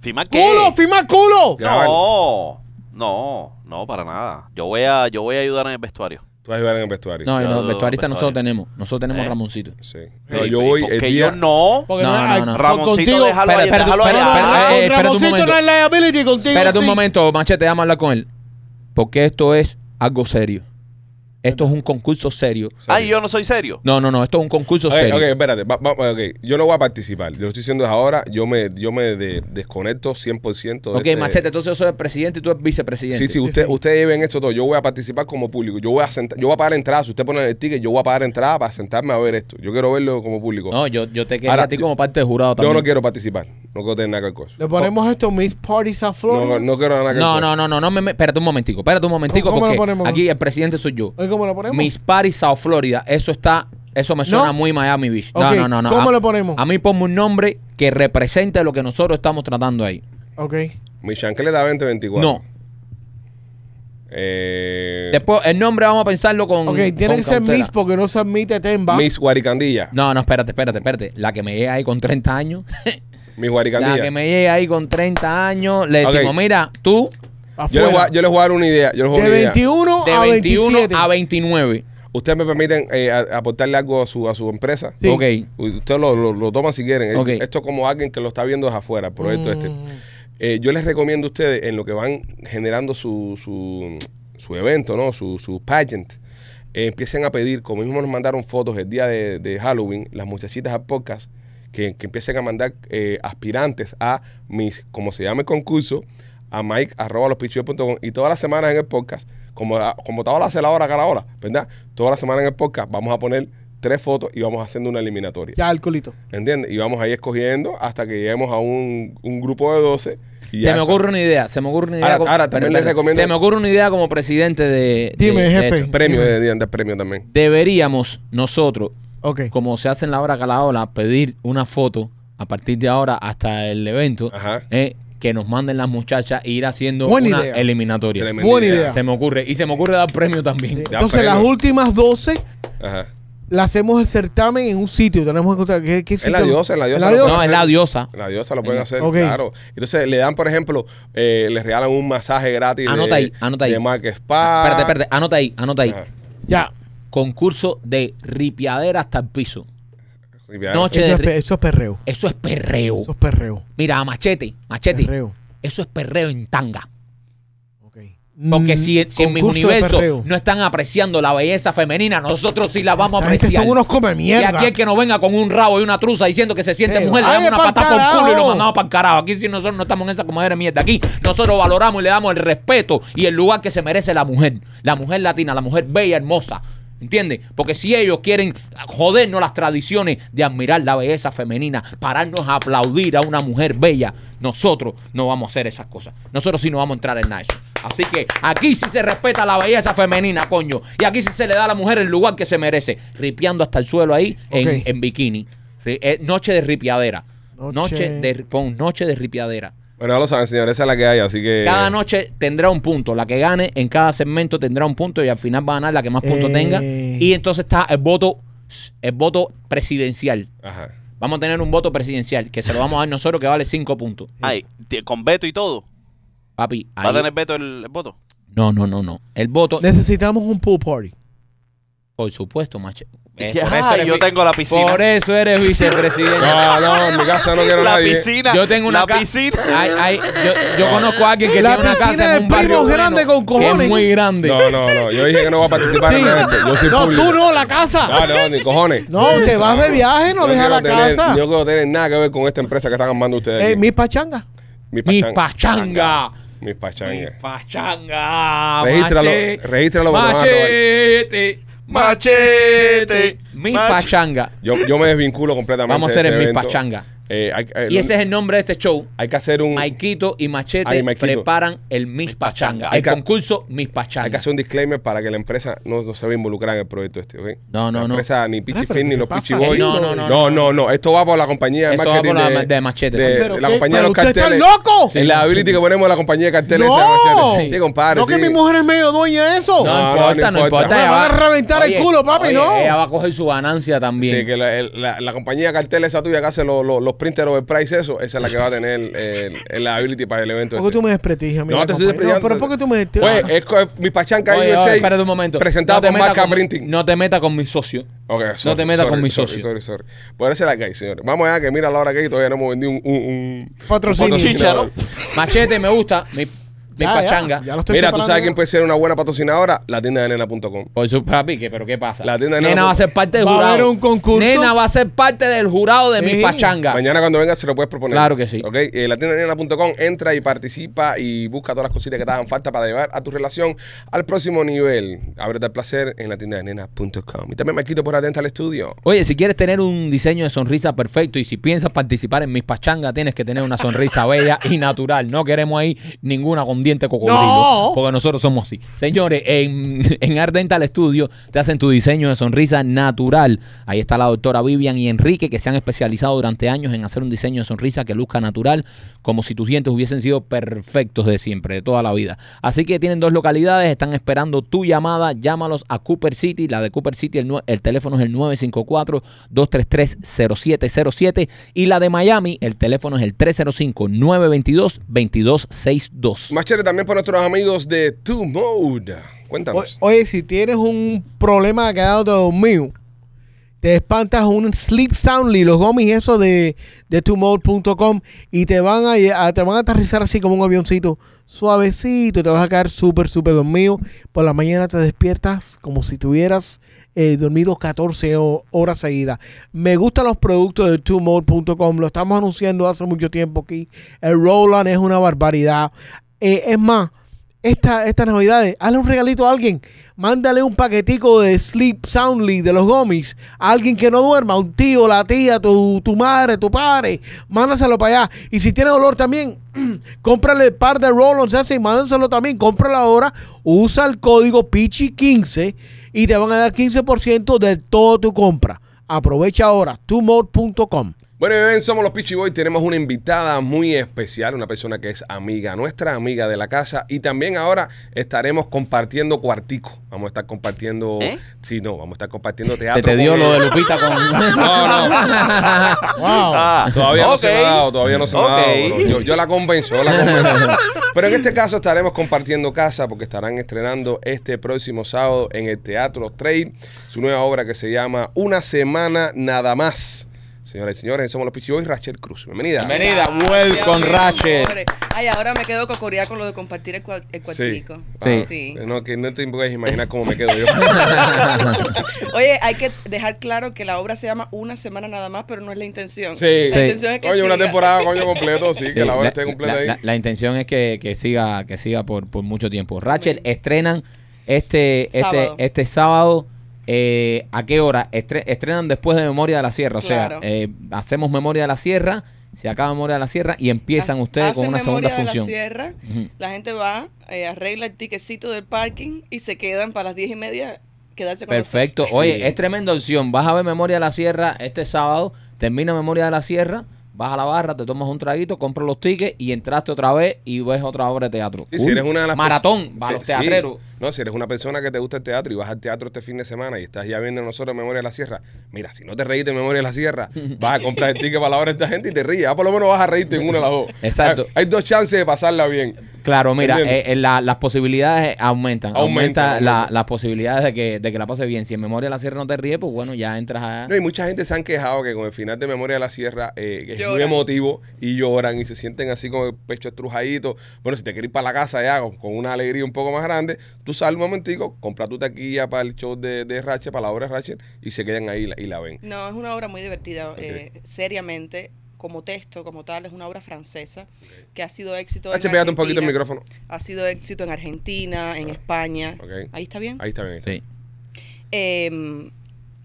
¿Firma qué? ¡Culo! ¡Filmar culo! Grabar. No. No, no, para nada. Yo voy a, yo voy a ayudar en el vestuario. Tú vas a ayudar en el vestuario. No, y Yo los lo- vestuaristas nosotros vestuario. tenemos. Nosotros tenemos Eh. Ramoncito. Sí. Sí, No, yo pero voy ¿por el qué día. yo no. No, no, no. Ramoncito, déjalo ahí, espérate, déjalo espérate, allá. espérate, Ah, eh, espérate un Ramoncito momento. no es liability contigo. Espérate un sí. momento, Machete, déjame hablar con él. Porque esto es algo serio. Esto es un concurso serio. Ay, yo no soy serio. No, no, no, esto es un concurso Ok, serio. ok, espérate. va- va- ok, Yo no voy a participar. Yo lo estoy diciendo desde ahora. Yo me, yo me de- desconecto 100% de Ok, este- Machete, entonces yo soy el presidente y tú eres vicepresidente. Sí, sí, usted, ustedes lleven eso todo. Yo voy a participar como público. Yo voy a sentar, yo voy a pagar entrada. Si usted pone el ticket, yo voy a pagar entrada para sentarme a ver esto. Yo quiero verlo como público. No, yo, yo te quedé Ahora, a ti yo- como parte de jurado yo también. no quiero participar. No quiero tener nada que ver con eso. Le ponemos esto, Miss Parties a No, Florida. no, no quiero nada que ver No, con no, no, no, no me, me- espérate un momentico, espérate un momentico ¿Cómo- cómo lo porque ponemos? aquí el presidente soy yo. Oye, ¿Cómo lo ponemos? Mis Paris South Florida, eso está, eso me suena No. muy Miami Beach. No, Ok, no, no, no. ¿cómo a, lo ponemos? A mí ponme un nombre que represente lo que nosotros estamos tratando ahí. Ok. eso. Mi chancleta 2024. No. Eh, Después el nombre vamos a pensarlo con Ok, con tiene que ser cautela. Miss porque no se admite Temba. Miss Guaricandilla. No, no, espérate, espérate, espérate. La que me llega ahí con 30 años. Miss la que Guaricandilla. me llega ahí con 30 años. Le Ok. decimos, mira, tú Yo les, voy a, yo les voy a dar una idea. Yo les voy a de dar una idea. 21 de a 21 27. a 29. ¿Ustedes me permiten eh, a- aportarle algo a su, a su empresa? Sí. Ok. Ustedes lo, lo, lo toman si quieren. Ok. Esto como alguien que lo está viendo desde afuera, el proyecto este. Mm. Eh, yo les recomiendo a ustedes en lo que van generando su, su, su evento, ¿no? Su, su pageant. eh, empiecen a pedir, como mismo nos mandaron fotos el día de, de Halloween, las muchachitas a podcast, que, que empiecen a mandar eh, aspirantes a mis, como se llama el concurso, a Mike arroba lospichillos.com, y todas las semanas en el podcast, como, ah, como todas las hace la hora cada hora, ¿verdad? Todas las semanas en el podcast vamos a poner tres fotos y vamos haciendo una eliminatoria. Ya, el culito. ¿Entiendes? Y vamos ahí escogiendo hasta que lleguemos a un, un grupo de 12. Y se ya me sa- ocurre una idea, se me ocurre una idea. Ahora- como- ahora también les recomiendo- Se me ocurre una idea como presidente de. de- Dime, de jefe. esto. Premio, deberían dar premio también. Deberíamos nosotros, Ok. como se hace en la hora calaola, pedir una foto a partir de ahora hasta el evento Ajá. eh, que nos manden las muchachas e ir haciendo Buena una idea. eliminatoria. Tremenda Buena idea. Se me ocurre. Y se me ocurre dar premio también. Ya, Entonces, pero- las últimas 12 Ajá. las hacemos el certamen en un sitio. Tenemos que encontrar. ¿Qué, qué En sitio? la diosa, en la diosa. lo diosa? pueden No, es la hacer. diosa. La diosa lo pueden Eh, hacer, Ok. claro. Entonces le dan, por ejemplo, eh, les regalan un masaje gratis. de- Anota ahí, anota ahí. De Mark Ah. Spa. Espérate, espérate. Anota ahí, anota ahí. Ajá. Ya. Concurso de ripiadera hasta el piso. Y ya. Noche Eso de es, ri- pe- eso es perreo. Eso es perreo. Eso es perreo. Mira, machete, machete. Perreo. Eso es perreo en tanga. Ok. Porque Mm, si, si en mis concurso de perreo. universos no están apreciando la belleza femenina, nosotros sí la vamos a Esa gente apreciar. son unos come y mierda. aquí el que nos venga con un rabo y una truza diciendo que se siente Sí, mujer, le vaya damos una pa'l patada por culo y lo carajo. mandamos para el carajo. Aquí si nosotros no estamos en esa comadera de mierda. Aquí nosotros valoramos y le damos el respeto y el lugar que se merece la mujer. La mujer latina, la mujer bella, hermosa. ¿Entiendes? Porque si ellos quieren jodernos las tradiciones de admirar la belleza femenina, pararnos a aplaudir a una mujer bella, nosotros no vamos a hacer esas cosas. Nosotros sí no vamos a entrar en nada de eso. Así que aquí sí se respeta la belleza femenina, coño. Y aquí sí se le da a la mujer el lugar que se merece. Ripiando hasta el suelo ahí en- Ok. en bikini. Ri- eh, noche de ripiadera. Noche- Noche, de ri- pon noche de ripiadera. Bueno, ya lo saben, señores, esa es la que hay, así Eh. que. Cada noche tendrá un punto. La que gane en cada segmento tendrá un punto y al final va a ganar la que más puntos Eh. tenga. Y entonces está el voto, el voto presidencial. Ajá. Vamos a tener un voto presidencial que se lo vamos a dar nosotros que vale 5 puntos. Ay, t- con veto y todo. Papi, ¿Va ahí- a tener veto el, el voto? no, no, no, no. El Oh. voto, Necesitamos un pool party. por supuesto, macho. Eh, Ya, por eso eres yo vi- tengo la piscina. Por eso eres vicepresidente. No, no, en mi casa no quiero a la nadie. piscina. Yo tengo una la ca- piscina. Ay, ay, yo, yo conozco a alguien que La tiene una piscina casa del en un primo barrio bueno, grande con que cojones. es muy grande. No, no, no. Yo dije que no voy a participar en nada de esto. Yo soy No, público. tú no, la casa. No, no, ni cojones. No, te vas de viaje, no dejas la quiero tener- casa. Yo no quiero tener nada que ver con esta empresa que están armando ustedes. Eh, aquí. mis pachangas. Mis Mi pachangas. pachanga. Mis Mi pachangas. pachanga. Regístralo, mache- regístralo porque te van a robar. Machete. Machete. Machete. Mi Mach- pachanga. Yo, yo me desvinculo completamente. Vamos a de hacer este el Mis evento. Pachanga. Eh, hay, eh, Y ese es el nombre de este show. hay que hacer un Maikito y Machete Mm. Ay, Maikito. preparan el Mis Pachanga. Hay El que- concurso Mis Pachanga. hay que hacer un disclaimer para que la empresa no, no se vea involucrada en el proyecto este, ¿ok? No, no, La no. empresa ni Ah, Pichi pero Fin ni ¿qué los pasa? Pichi Boy. No, no, no, no, no, no. Esto va por la compañía de Eso va marketing por la ma- de Machete, de- sí. Pero la qué- compañía de pero los usted está carteles. loco. En la ability que ponemos la compañía de carteles. No. esa Machete. Sí, Sí. compadre, No, que sí. mi mujer es medio dueña de eso. No, No, importa, no no importa. importa. ella Me van a reventar el culo, papi, no. Ella va a coger su ganancia también. Sí, que la, el- la- la compañía de carteles esa tuya que hace los, los, los printer overprice, eso, esa es la que va a tener eh, el, el ability para el evento. ¿Por qué este. tú me desprestigias? No, te estoy compañero? desprestigiando. pero ¿por qué tú me desprestigias? Oye, es co- mi pachanca Oye, USA oye, espérate un momento. presentado te por metas marca con- printing. No te metas con mi socio. Ok, sorry, te metas sorry, con mi sorry, socio. Sorry, sorry. Por eso la que hay, señores. Vamos allá, que mira la hora que hay. Todavía no hemos vendido un, un, un Patrocinio. un patrocinador. Machete, me gusta. Mi, mi Ya, ya, pachanga. ya lo estoy Mira, tú separando. sabes quién puede ser una buena patrocinadora. La tienda de nena.com. Por su papi, ¿qué? ¿pero qué pasa? La tienda de Nena, Nena va a ser parte del Va a jurado. haber un concurso. Nena va a ser parte del jurado de Sí. mi pachanga. Mañana cuando vengas se lo puedes proponer. Claro que sí. Ok, eh, la tienda de nena.com entra y participa y busca todas las cositas que te hagan falta para llevar a tu relación al próximo nivel. Ábrete al placer en la tienda de nena.com. Y también me quito por atenta al estudio. Oye, si quieres tener un diseño de sonrisa perfecto y si piensas participar en mis pachangas, tienes que tener una sonrisa bella y natural. No queremos ahí ninguna con diente cocodrilo, No. porque nosotros somos así. Señores, en, en Art Dental Studio te hacen tu diseño de sonrisa natural. Ahí está la doctora Vivian y Enrique, que se han especializado durante años en hacer un diseño de sonrisa que luzca natural, como si tus dientes hubiesen sido perfectos de siempre, de toda la vida. Así que tienen dos localidades, están esperando tu llamada. Llámalos a Cooper City, la de Cooper City, el, nue- el teléfono es el 954-233-0707 y la de Miami, el teléfono es el 305-922-2262. Más chévere también por nuestros amigos de Two Mode. O- Cuéntanos. Oye, si tienes un problema que ha dado dormido, te espantas un Sleep Soundly, los gomis esos de, de tumode.com y te van a, lle- a- te van a aterrizar así como un avioncito suavecito, te vas a caer súper, súper dormido. Por la mañana te despiertas como si tuvieras eh, dormido 14 ho- horas seguidas. Me gustan los productos de tumode.com, lo estamos anunciando hace mucho tiempo aquí. El Roland es una barbaridad. Eh, es más, esta, estas navidades, hazle un regalito a alguien. Mándale un paquetico de Sleep Soundly de los gomis a alguien que no duerma, un tío, la tía, tu, tu madre, tu padre. Mándaselo para allá. Y si tiene dolor también, cómprale el par de roll-ons ese y mándaselo también. Cómpralo ahora, usa el código PICHI15 y te van a dar 15% de toda tu compra. Aprovecha ahora, tumor.com. Bueno, bien, somos los Peachy Boys. Tenemos una invitada muy especial, una persona que es amiga nuestra, amiga de la casa. Y también ahora estaremos compartiendo cuartico. Vamos a estar compartiendo. ¿Eh? Sí, no, vamos a estar compartiendo Se teatro. te dio con lo ella. de Lupita con... No, no. Ah, Todavía no se me ha ok. dado, todavía no se me ha dado, Ok. pero Yo, yo la convenzo, yo la convenzo. Pero en este caso estaremos compartiendo casa porque estarán estrenando este próximo sábado en el Teatro Trade su nueva obra que se llama Una Semana Nada Más. Señoras y señores, somos los Pichiboy y Rachel Cruz. Bienvenida. Bienvenida, con welcome Rachel. Ay, ahora me quedo cocoría con lo de compartir el, cual- el cuartico. Sí. Ah, eh, Sí. No, que no te puedes imaginar cómo me quedo yo. Oye, hay que dejar claro que la obra se llama Una semana nada más, pero no es la intención. Sí. La intención es que Oye, una siga. temporada, coño, completo, sí, Sí, que la obra esté completa la- ahí. la- la intención es que, que siga, que siga por, por mucho tiempo. Rachel, estrenan este, este, Sábado. este sábado. eh, ¿A qué hora? Estre- estrenan después de Memoria de la Sierra. Claro. O sea, eh, hacemos Memoria de la Sierra, se acaba Memoria de la Sierra y empiezan Hace- ustedes hace con una segunda memoria de función. La, sierra, Ujú. la gente va, eh, arregla el tiquecito del parking y se quedan para las diez y media quedarse con nosotros. Perfecto. Oye, es tremenda opción. Vas a ver Memoria de la Sierra este sábado. Termina Memoria de la Sierra. Vas a la barra, te tomas un traguito, compras los tickets y entraste otra vez y ves otra obra de teatro. Sí, si Uy, eres una de las Maratón, perso- va a Sí, los sí. teatreros. No, si eres una persona que te gusta el teatro y vas al teatro este fin de semana y estás ya viendo nosotros Memoria de la Sierra, mira, si no te reíste en Memoria de la Sierra, vas a comprar el ticket para la hora de esta gente y te ríes. Ah, por lo menos vas a reírte en una de las dos. Exacto. Hay, hay dos chances de pasarla bien. Claro, mira, ¿Entiendes? eh, eh, la- las posibilidades aumentan. Aumentan, Aumenta, la- aumentan. las posibilidades de que, de que la pase bien. Si en memoria de la sierra no te ríes, pues bueno, ya entras a. No, y mucha gente se han quejado que con el final de Memoria de la Sierra eh, es muy Lloran. emotivo y lloran y se sienten así con el pecho estrujadito. Bueno, si te quieres ir para la casa ya con, con una alegría un poco más grande, tú sal un momentico, compra tu taquilla para el show de, de Rachel, para la obra de Rachel y se quedan ahí y la- y la ven. No, es una obra muy divertida, Ok. eh, seriamente, como texto, como tal, es una obra francesa que ha sido éxito en H, pégate un poquito el Argentina, micrófono. Ah. Ha sido éxito en Argentina, en España. Ok. Ahí está bien. Ahí está bien. ahí está. Sí. Eh,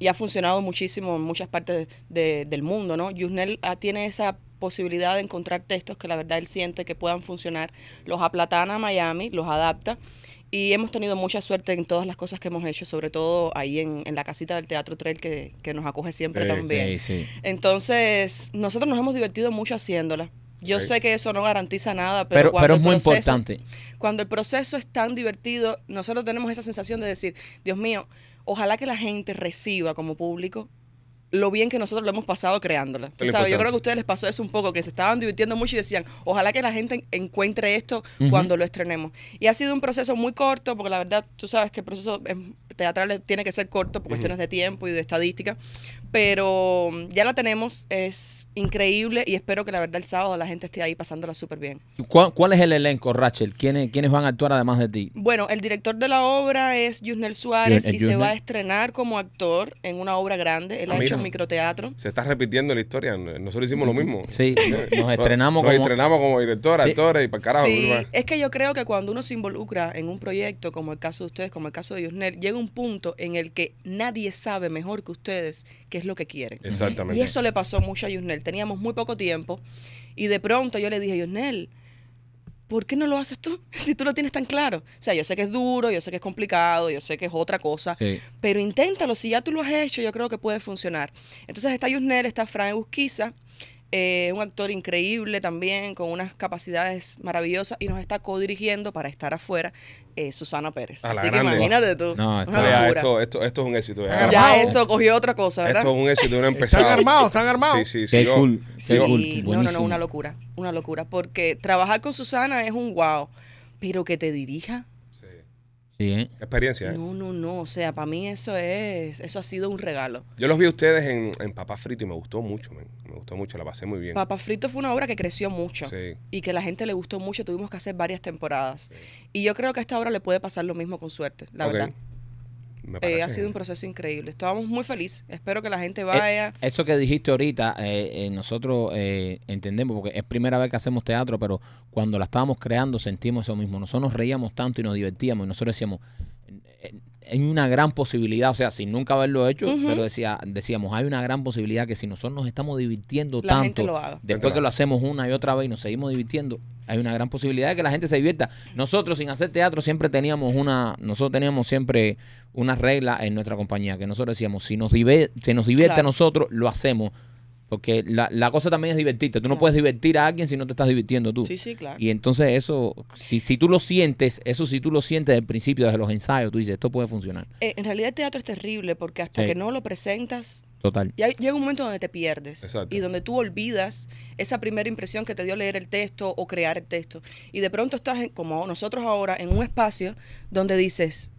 y ha funcionado muchísimo en muchas partes de- del mundo, ¿no? Yusnel ah, tiene esa posibilidad de encontrar textos que la verdad él siente que puedan funcionar, los aplatana a Miami, los adapta y hemos tenido mucha suerte en todas las cosas que hemos hecho, sobre todo ahí en, en la casita del Teatro Trail que, que nos acoge siempre Sí, también. Sí, sí. Entonces, nosotros nos hemos divertido mucho haciéndola. Yo Ok. sé que eso no garantiza nada, pero, Pero, cuando pero es el muy proceso- importante. Cuando el proceso es tan divertido, nosotros tenemos esa sensación de decir, Dios mío, ojalá que la gente reciba como público lo bien que nosotros lo hemos pasado creándola. Tú Es lo sabes, yo importante. creo que a ustedes les pasó eso un poco, que se estaban divirtiendo mucho y decían, ojalá que la gente encuentre esto cuando lo estrenemos. Y ha sido un proceso muy corto, porque la verdad, tú sabes que el proceso em, teatral tiene que ser corto por cuestiones de tiempo y de estadística, pero mm, ya la tenemos, es increíble y espero que la verdad el sábado la gente esté ahí pasándola súper bien. ¿Cuál, cuál es el elenco, Rachel? ¿Quiénes, ¿Quiénes van a actuar además de ti? Bueno, el director de la obra es Yusnel Suárez Yusnel- y se va Yusnel. a estrenar como actor en una obra grande. Él Ah, ha hecho mira. microteatro. Se está repitiendo la historia. Nosotros hicimos lo mismo. Eh, Sí, nos- nos estrenamos Nos como... estrenamos como directora, Sí. actores y para carajo. Sí, ¿verdad? es que yo creo que cuando uno se involucra en un proyecto, como el caso de ustedes, como el caso de Yusnel, llega un punto en el que nadie sabe mejor que ustedes qué es lo que quieren. Exactamente. Y eso le pasó mucho a Yusnel. Teníamos muy poco tiempo y de pronto yo le dije, Yusnel, ¿por qué no lo haces tú? Si tú lo tienes tan claro. O sea, yo sé que es duro, yo sé que es complicado, yo sé que es otra cosa, Sí. pero inténtalo. Si ya tú lo has hecho, yo creo que puede funcionar. Entonces está Yusnel, está Fran Busquiza, eh, un actor increíble también, con unas capacidades maravillosas, y nos está codirigiendo para estar afuera eh, Susana Pérez. A la Así que grande. imagínate tú. No, una está- Vea, locura. esto, esto, esto es un éxito. Ya, está- ya Armado. esto cogió otra cosa, ¿verdad? Esto es un éxito de una empezada. Están armados, están armados. Sí, sí, sí. Qué yo- cool, sí, qué yo- cool. Sí, no, no, no, buenísimo. una locura, una locura, porque trabajar con Susana es un wow, pero que te dirija, sí. Sí, ¿eh? Experiencia. ¿eh? no, no, no, o sea, para mí eso es, eso ha sido un regalo. Yo los vi a ustedes en, en Papá Frito y me gustó mucho, men. me gustó mucho, la pasé muy bien. Papá Frito fue una obra que creció mucho Sí. y que la gente le gustó mucho, tuvimos que hacer varias temporadas. Y yo creo que a esta obra le puede pasar lo mismo con suerte, la Ok. verdad. Me Eh, parece. ha sido un proceso increíble, estábamos muy felices, espero que la gente vaya. Eh, Eso que dijiste ahorita, eh, eh, nosotros eh, entendemos, porque es primera vez que hacemos teatro, pero cuando la estábamos creando sentimos eso mismo. Nosotros nos reíamos tanto y nos divertíamos y nosotros decíamos, eh, eh, hay una gran posibilidad, o sea, sin nunca haberlo hecho, Ujú. pero decía, decíamos, hay una gran posibilidad que si nosotros nos estamos divirtiendo La tanto, gente lo haga. después que lo hacemos una y otra vez y nos seguimos divirtiendo, hay una gran posibilidad de que la gente se divierta. Nosotros sin hacer teatro siempre teníamos una, nosotros teníamos siempre una regla en nuestra compañía, que nosotros decíamos, si nos, dive- si nos divierte a Claro. nosotros, lo hacemos. Porque la, la cosa también es divertirte. Tú no Claro. puedes divertir a alguien si no te estás divirtiendo tú. Sí, sí, claro. Y entonces eso, si, si tú lo sientes, eso si tú lo sientes desde el principio, desde los ensayos, tú dices, esto puede funcionar. Eh, en realidad el teatro es terrible porque hasta Sí. que no lo presentas, Total. Y hay- llega un momento donde te pierdes Exacto. y donde tú olvidas esa primera impresión que te dio leer el texto o crear el texto. Y de pronto estás, en- como nosotros ahora, en un espacio donde dices,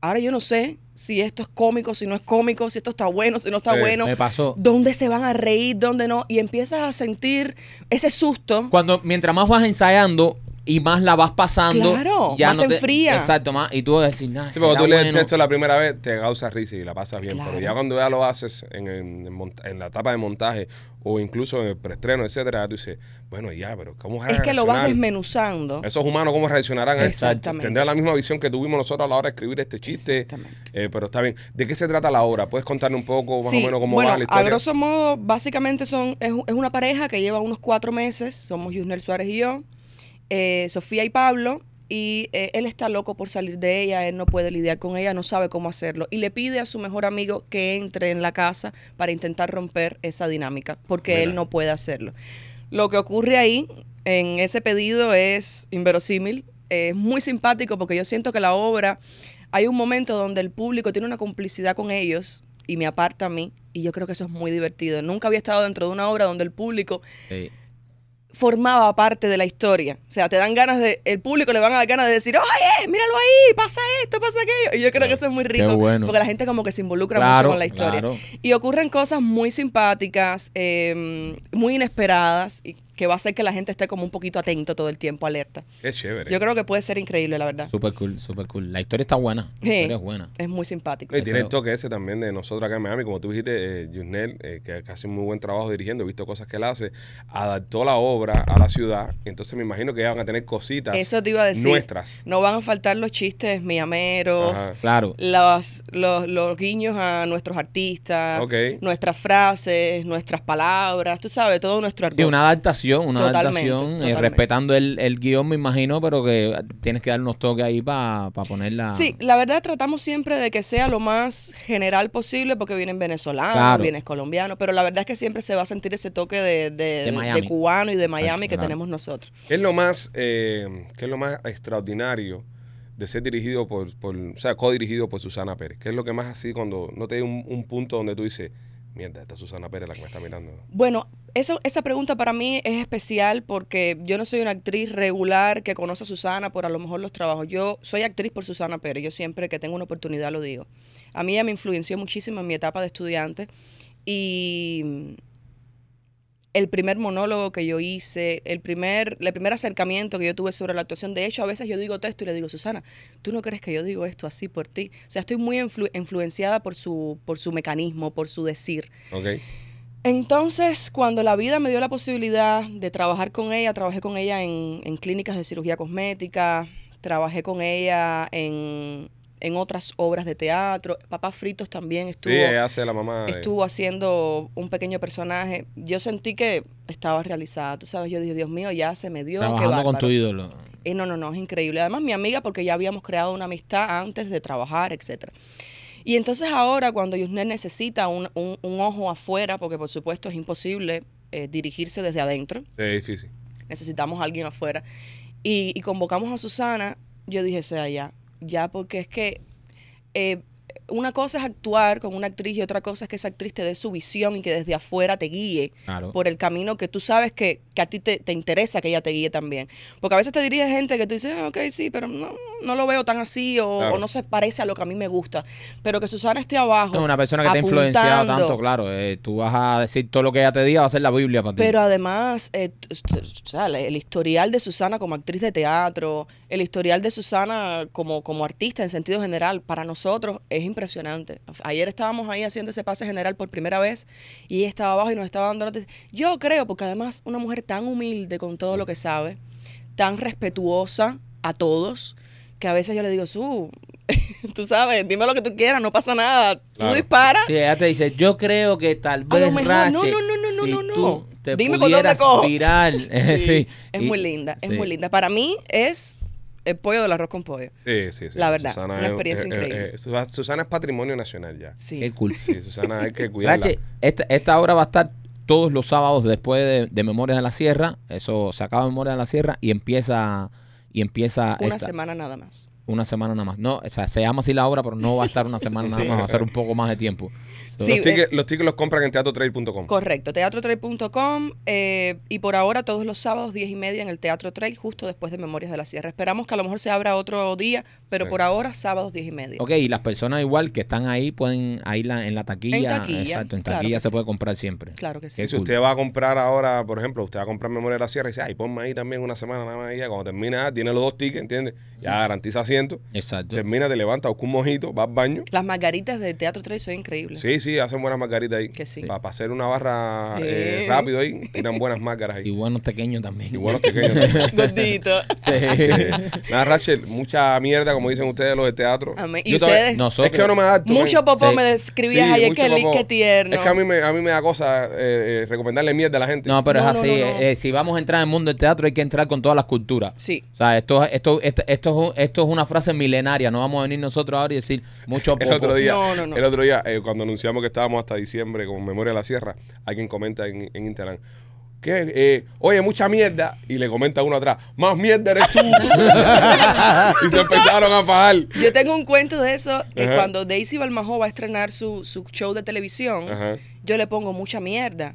ahora yo no sé si esto es cómico, si no es cómico, si esto está bueno, si no está Eh, bueno, Me pasó. dónde se van a reír, dónde no. Y empiezas a sentir ese susto. Cuando, mientras más vas ensayando y más la vas pasando, Claro, más te enfría. Exacto, más. Y tú vas a decir, nada, Sí, porque tú lees el texto la primera vez, te causa risa y la pasas bien. Claro. Pero ya cuando ya lo haces en, en- en monta- en la etapa de montaje o incluso en el preestreno, etcétera, tú dices, bueno, ya, pero ¿cómo van a Es que lo vas reaccionar? desmenuzando. Esos humanos, ¿cómo reaccionarán a esto? Exactamente. Tendrán la misma visión que tuvimos nosotros a la hora de escribir este chiste. Exactamente. Eh, pero está bien. ¿De qué se trata la obra? ¿Puedes contarnos un poco más Sí, o menos cómo bueno, va la historia? A grosso modo, básicamente son, es, es una pareja que lleva unos cuatro meses, somos Yusnel Suárez y yo, eh, Sofía y Pablo, y eh, él está loco por salir de ella, él no puede lidiar con ella, no sabe cómo hacerlo, y le pide a su mejor amigo que entre en la casa para intentar romper esa dinámica, porque Mira. él no puede hacerlo. Lo que ocurre ahí, en ese pedido, es inverosímil, es muy simpático porque yo siento que la obra hay un momento donde el público tiene una complicidad con ellos y me aparta a mí y yo creo que eso es muy divertido. Nunca había estado dentro de una obra donde el público formaba parte de la historia. O sea, te dan ganas de, el público le van a dar ganas de decir, oye, míralo ahí, pasa esto, pasa aquello. Y yo creo que eso es muy rico bueno. porque la gente como que se involucra mucho Claro, con la historia. claro. Y ocurren cosas muy simpáticas, eh, muy inesperadas y que va a hacer que la gente esté como un poquito atento todo el tiempo, alerta. Qué chévere. Yo creo que puede ser increíble, la verdad. Súper cool, súper cool. La historia está buena. La Sí. historia es buena. Es muy simpático. No, y tiene Eso- el toque ese también de nosotros acá en Miami, como tú dijiste, eh, Yusnel, eh, que, que hace un muy buen trabajo dirigiendo, he visto cosas que él hace, adaptó la obra a la ciudad, entonces me imagino que ya van a tener cositas Eso te iba a decir. nuestras. No van a faltar los chistes miameros, Ajá. Claro. los, los, los guiños a nuestros artistas, Ok. nuestras frases, nuestras palabras, tú sabes, todo nuestro argot. Sí, una adaptación, una Totalmente, adaptación, eh, totalmente. respetando el, el guión, me imagino, pero que tienes que dar unos toques ahí para ponerla. Sí, la verdad tratamos siempre de que sea lo más general posible porque vienen venezolanos, Claro. vienen colombianos, pero la verdad es que siempre se va a sentir ese toque de, de- De de Miami. cubano y de Miami Exacto, que claro. tenemos nosotros. ¿Qué es lo más, eh, qué es lo más extraordinario de ser dirigido por, por o sea, co-dirigido por Susana Pérez? ¿Qué es lo que más así cuando no te dio un, un punto donde tú dices, Mierda, esta Susana Pérez la que me está mirando. Bueno, esa, esa pregunta para mí es especial porque yo no soy una actriz regular que conoce a Susana por a lo mejor los trabajos. Yo soy actriz por Susana Pérez. Yo siempre que tengo una oportunidad lo digo. A mí ella me influenció muchísimo en mi etapa de estudiante y el primer monólogo que yo hice, el primer, el primer acercamiento que yo tuve sobre la actuación. De hecho, a veces yo digo texto y le digo, Susana, ¿tú no crees que yo digo esto así por ti? O sea, estoy muy influ- influenciada por su, por su mecanismo, por su decir. Ok. Entonces, cuando la vida me dio la posibilidad de trabajar con ella, trabajé con ella en, en clínicas de cirugía cosmética, trabajé con ella en, en otras obras de teatro. Papá Fritos también estuvo, sí, ella hace la mamá. de- estuvo haciendo un pequeño personaje. Yo sentí que estaba realizada, tú sabes, yo dije, Dios mío, ya se me dio. qué Trabajando con tu bárbaro". ídolo. Eh, no, no, no, es increíble. Además, mi amiga, porque ya habíamos creado una amistad antes de trabajar, etcétera. Y entonces ahora, cuando Yusnet necesita un, un- un ojo afuera, porque por supuesto es imposible eh, dirigirse desde adentro, Sí, es difícil. necesitamos a alguien afuera, y, y convocamos a Susana, yo dije, sea ya, ya, porque es que eh, una cosa es actuar con una actriz y otra cosa es que esa actriz te dé su visión y que desde afuera te guíe Claro. por el camino que tú sabes que, que a ti te, te interesa que ella te guíe también. Porque a veces te dirige gente que tú dices, "Ah, ok, sí, pero no, no lo veo tan así o, Claro. o no se parece a lo que a mí me gusta. Pero que Susana esté abajo. Es una persona que te ha influenciado apuntando, tanto, claro. eh, tú vas a decir todo lo que ella te diga, va a ser la Biblia para ti. Pero además, eh, t- t- o sea, la- el historial de Susana como actriz de teatro, el historial de Susana como, como artista en sentido general, para nosotros es impresionante. Ayer estábamos ahí haciendo ese pase general por primera vez y ella estaba abajo y nos estaba dando notas. Yo creo, porque además una mujer tan humilde con todo lo que sabe, tan respetuosa a todos, que a veces yo le digo, Su, tú sabes, dime lo que tú quieras, no pasa nada, Claro. tú disparas Sí, ella te dice, yo creo que tal A vez. lo mejor, no, Rache, no, no, no, no, si no, no. tú Te Dime por dónde pudieras cojo. virar. Sí, Sí, Es y- muy linda, es sí. muy linda. Para mí es el pollo del arroz con pollo. Sí, sí, sí. La verdad, una es- eh, experiencia eh, increíble. eh, Susa- Susana es patrimonio nacional ya. Sí. Qué cool. Sí, Susana hay que cuidarla. Rache, esta, esta obra va a estar todos los sábados después de, de Memorias de la Sierra. Eso se acaba Memorias de la Sierra y empieza. Y empieza Una esta- semana nada más. una semana nada más. No, o sea, se llama así la obra, pero no va a estar una semana nada más, va a ser un poco más de tiempo. Sí, eh, los, tickets, los tickets los compran en teatrotrail.com. Correcto, teatro3.com eh, y por ahora todos los sábados 10 y media en el Teatro Trail, justo después de Memorias de la Sierra. Esperamos que a lo mejor se abra otro día, pero Sí. por ahora sábados 10 y media. Ok, y las personas igual que están ahí pueden ahí la, en la taquilla. En taquilla, Exacto, en claro taquilla que se sí. puede comprar siempre. Claro que sí. Y si usted va a comprar ahora, por ejemplo, usted va a comprar Memoria de la Sierra y dice, ay, ponme ahí también una semana nada más. Y ya cuando termina, tiene los dos tickets, ¿entiendes? Ya garantiza asiento. Exacto. Termina, te levanta, busca un mojito, va al baño. Las margaritas de Teatro Trail son increíbles. Sí, sí, hacen buenas margaritas ahí. Que sí. Para hacer una barra eh, Eh. rápido ahí, tiran buenas máscaras Y ahí. buenos pequeños también. Y buenos pequeños también. Gordito. Este, Eh, nada, Rachel, mucha mierda, como dicen ustedes los de teatro. Amén. ¿Y Yo todavía- ustedes? Nosotros. Es que yo no me adapto. Mucho men. popó Sí. me describías Ah, Sí, ayer, mucho que, li- popó. que tierno. Es que a mí me, a mí me da cosa eh, eh, recomendarle mierda a la gente. No, pero No, es no, así. no, no. eh, eh, si vamos a entrar en el mundo del teatro, hay que entrar con todas las culturas. Sí. O sea, esto, esto, esto, esto, es, un- esto es una frase milenaria. No vamos a venir nosotros ahora y decir mucho El otro poco. día, No, no, no. El otro día eh, cuando anunciamos que estábamos hasta diciembre con Memoria de la Sierra, alguien comenta en, en Instagram. Que, eh, oye, mucha mierda. Y le comenta uno atrás, más mierda eres tú. y se empezaron a fajar. Yo tengo un cuento de eso, que Ajá. cuando Daisy Balmajó va a estrenar su, su show de televisión, Ajá. yo le pongo mucha mierda.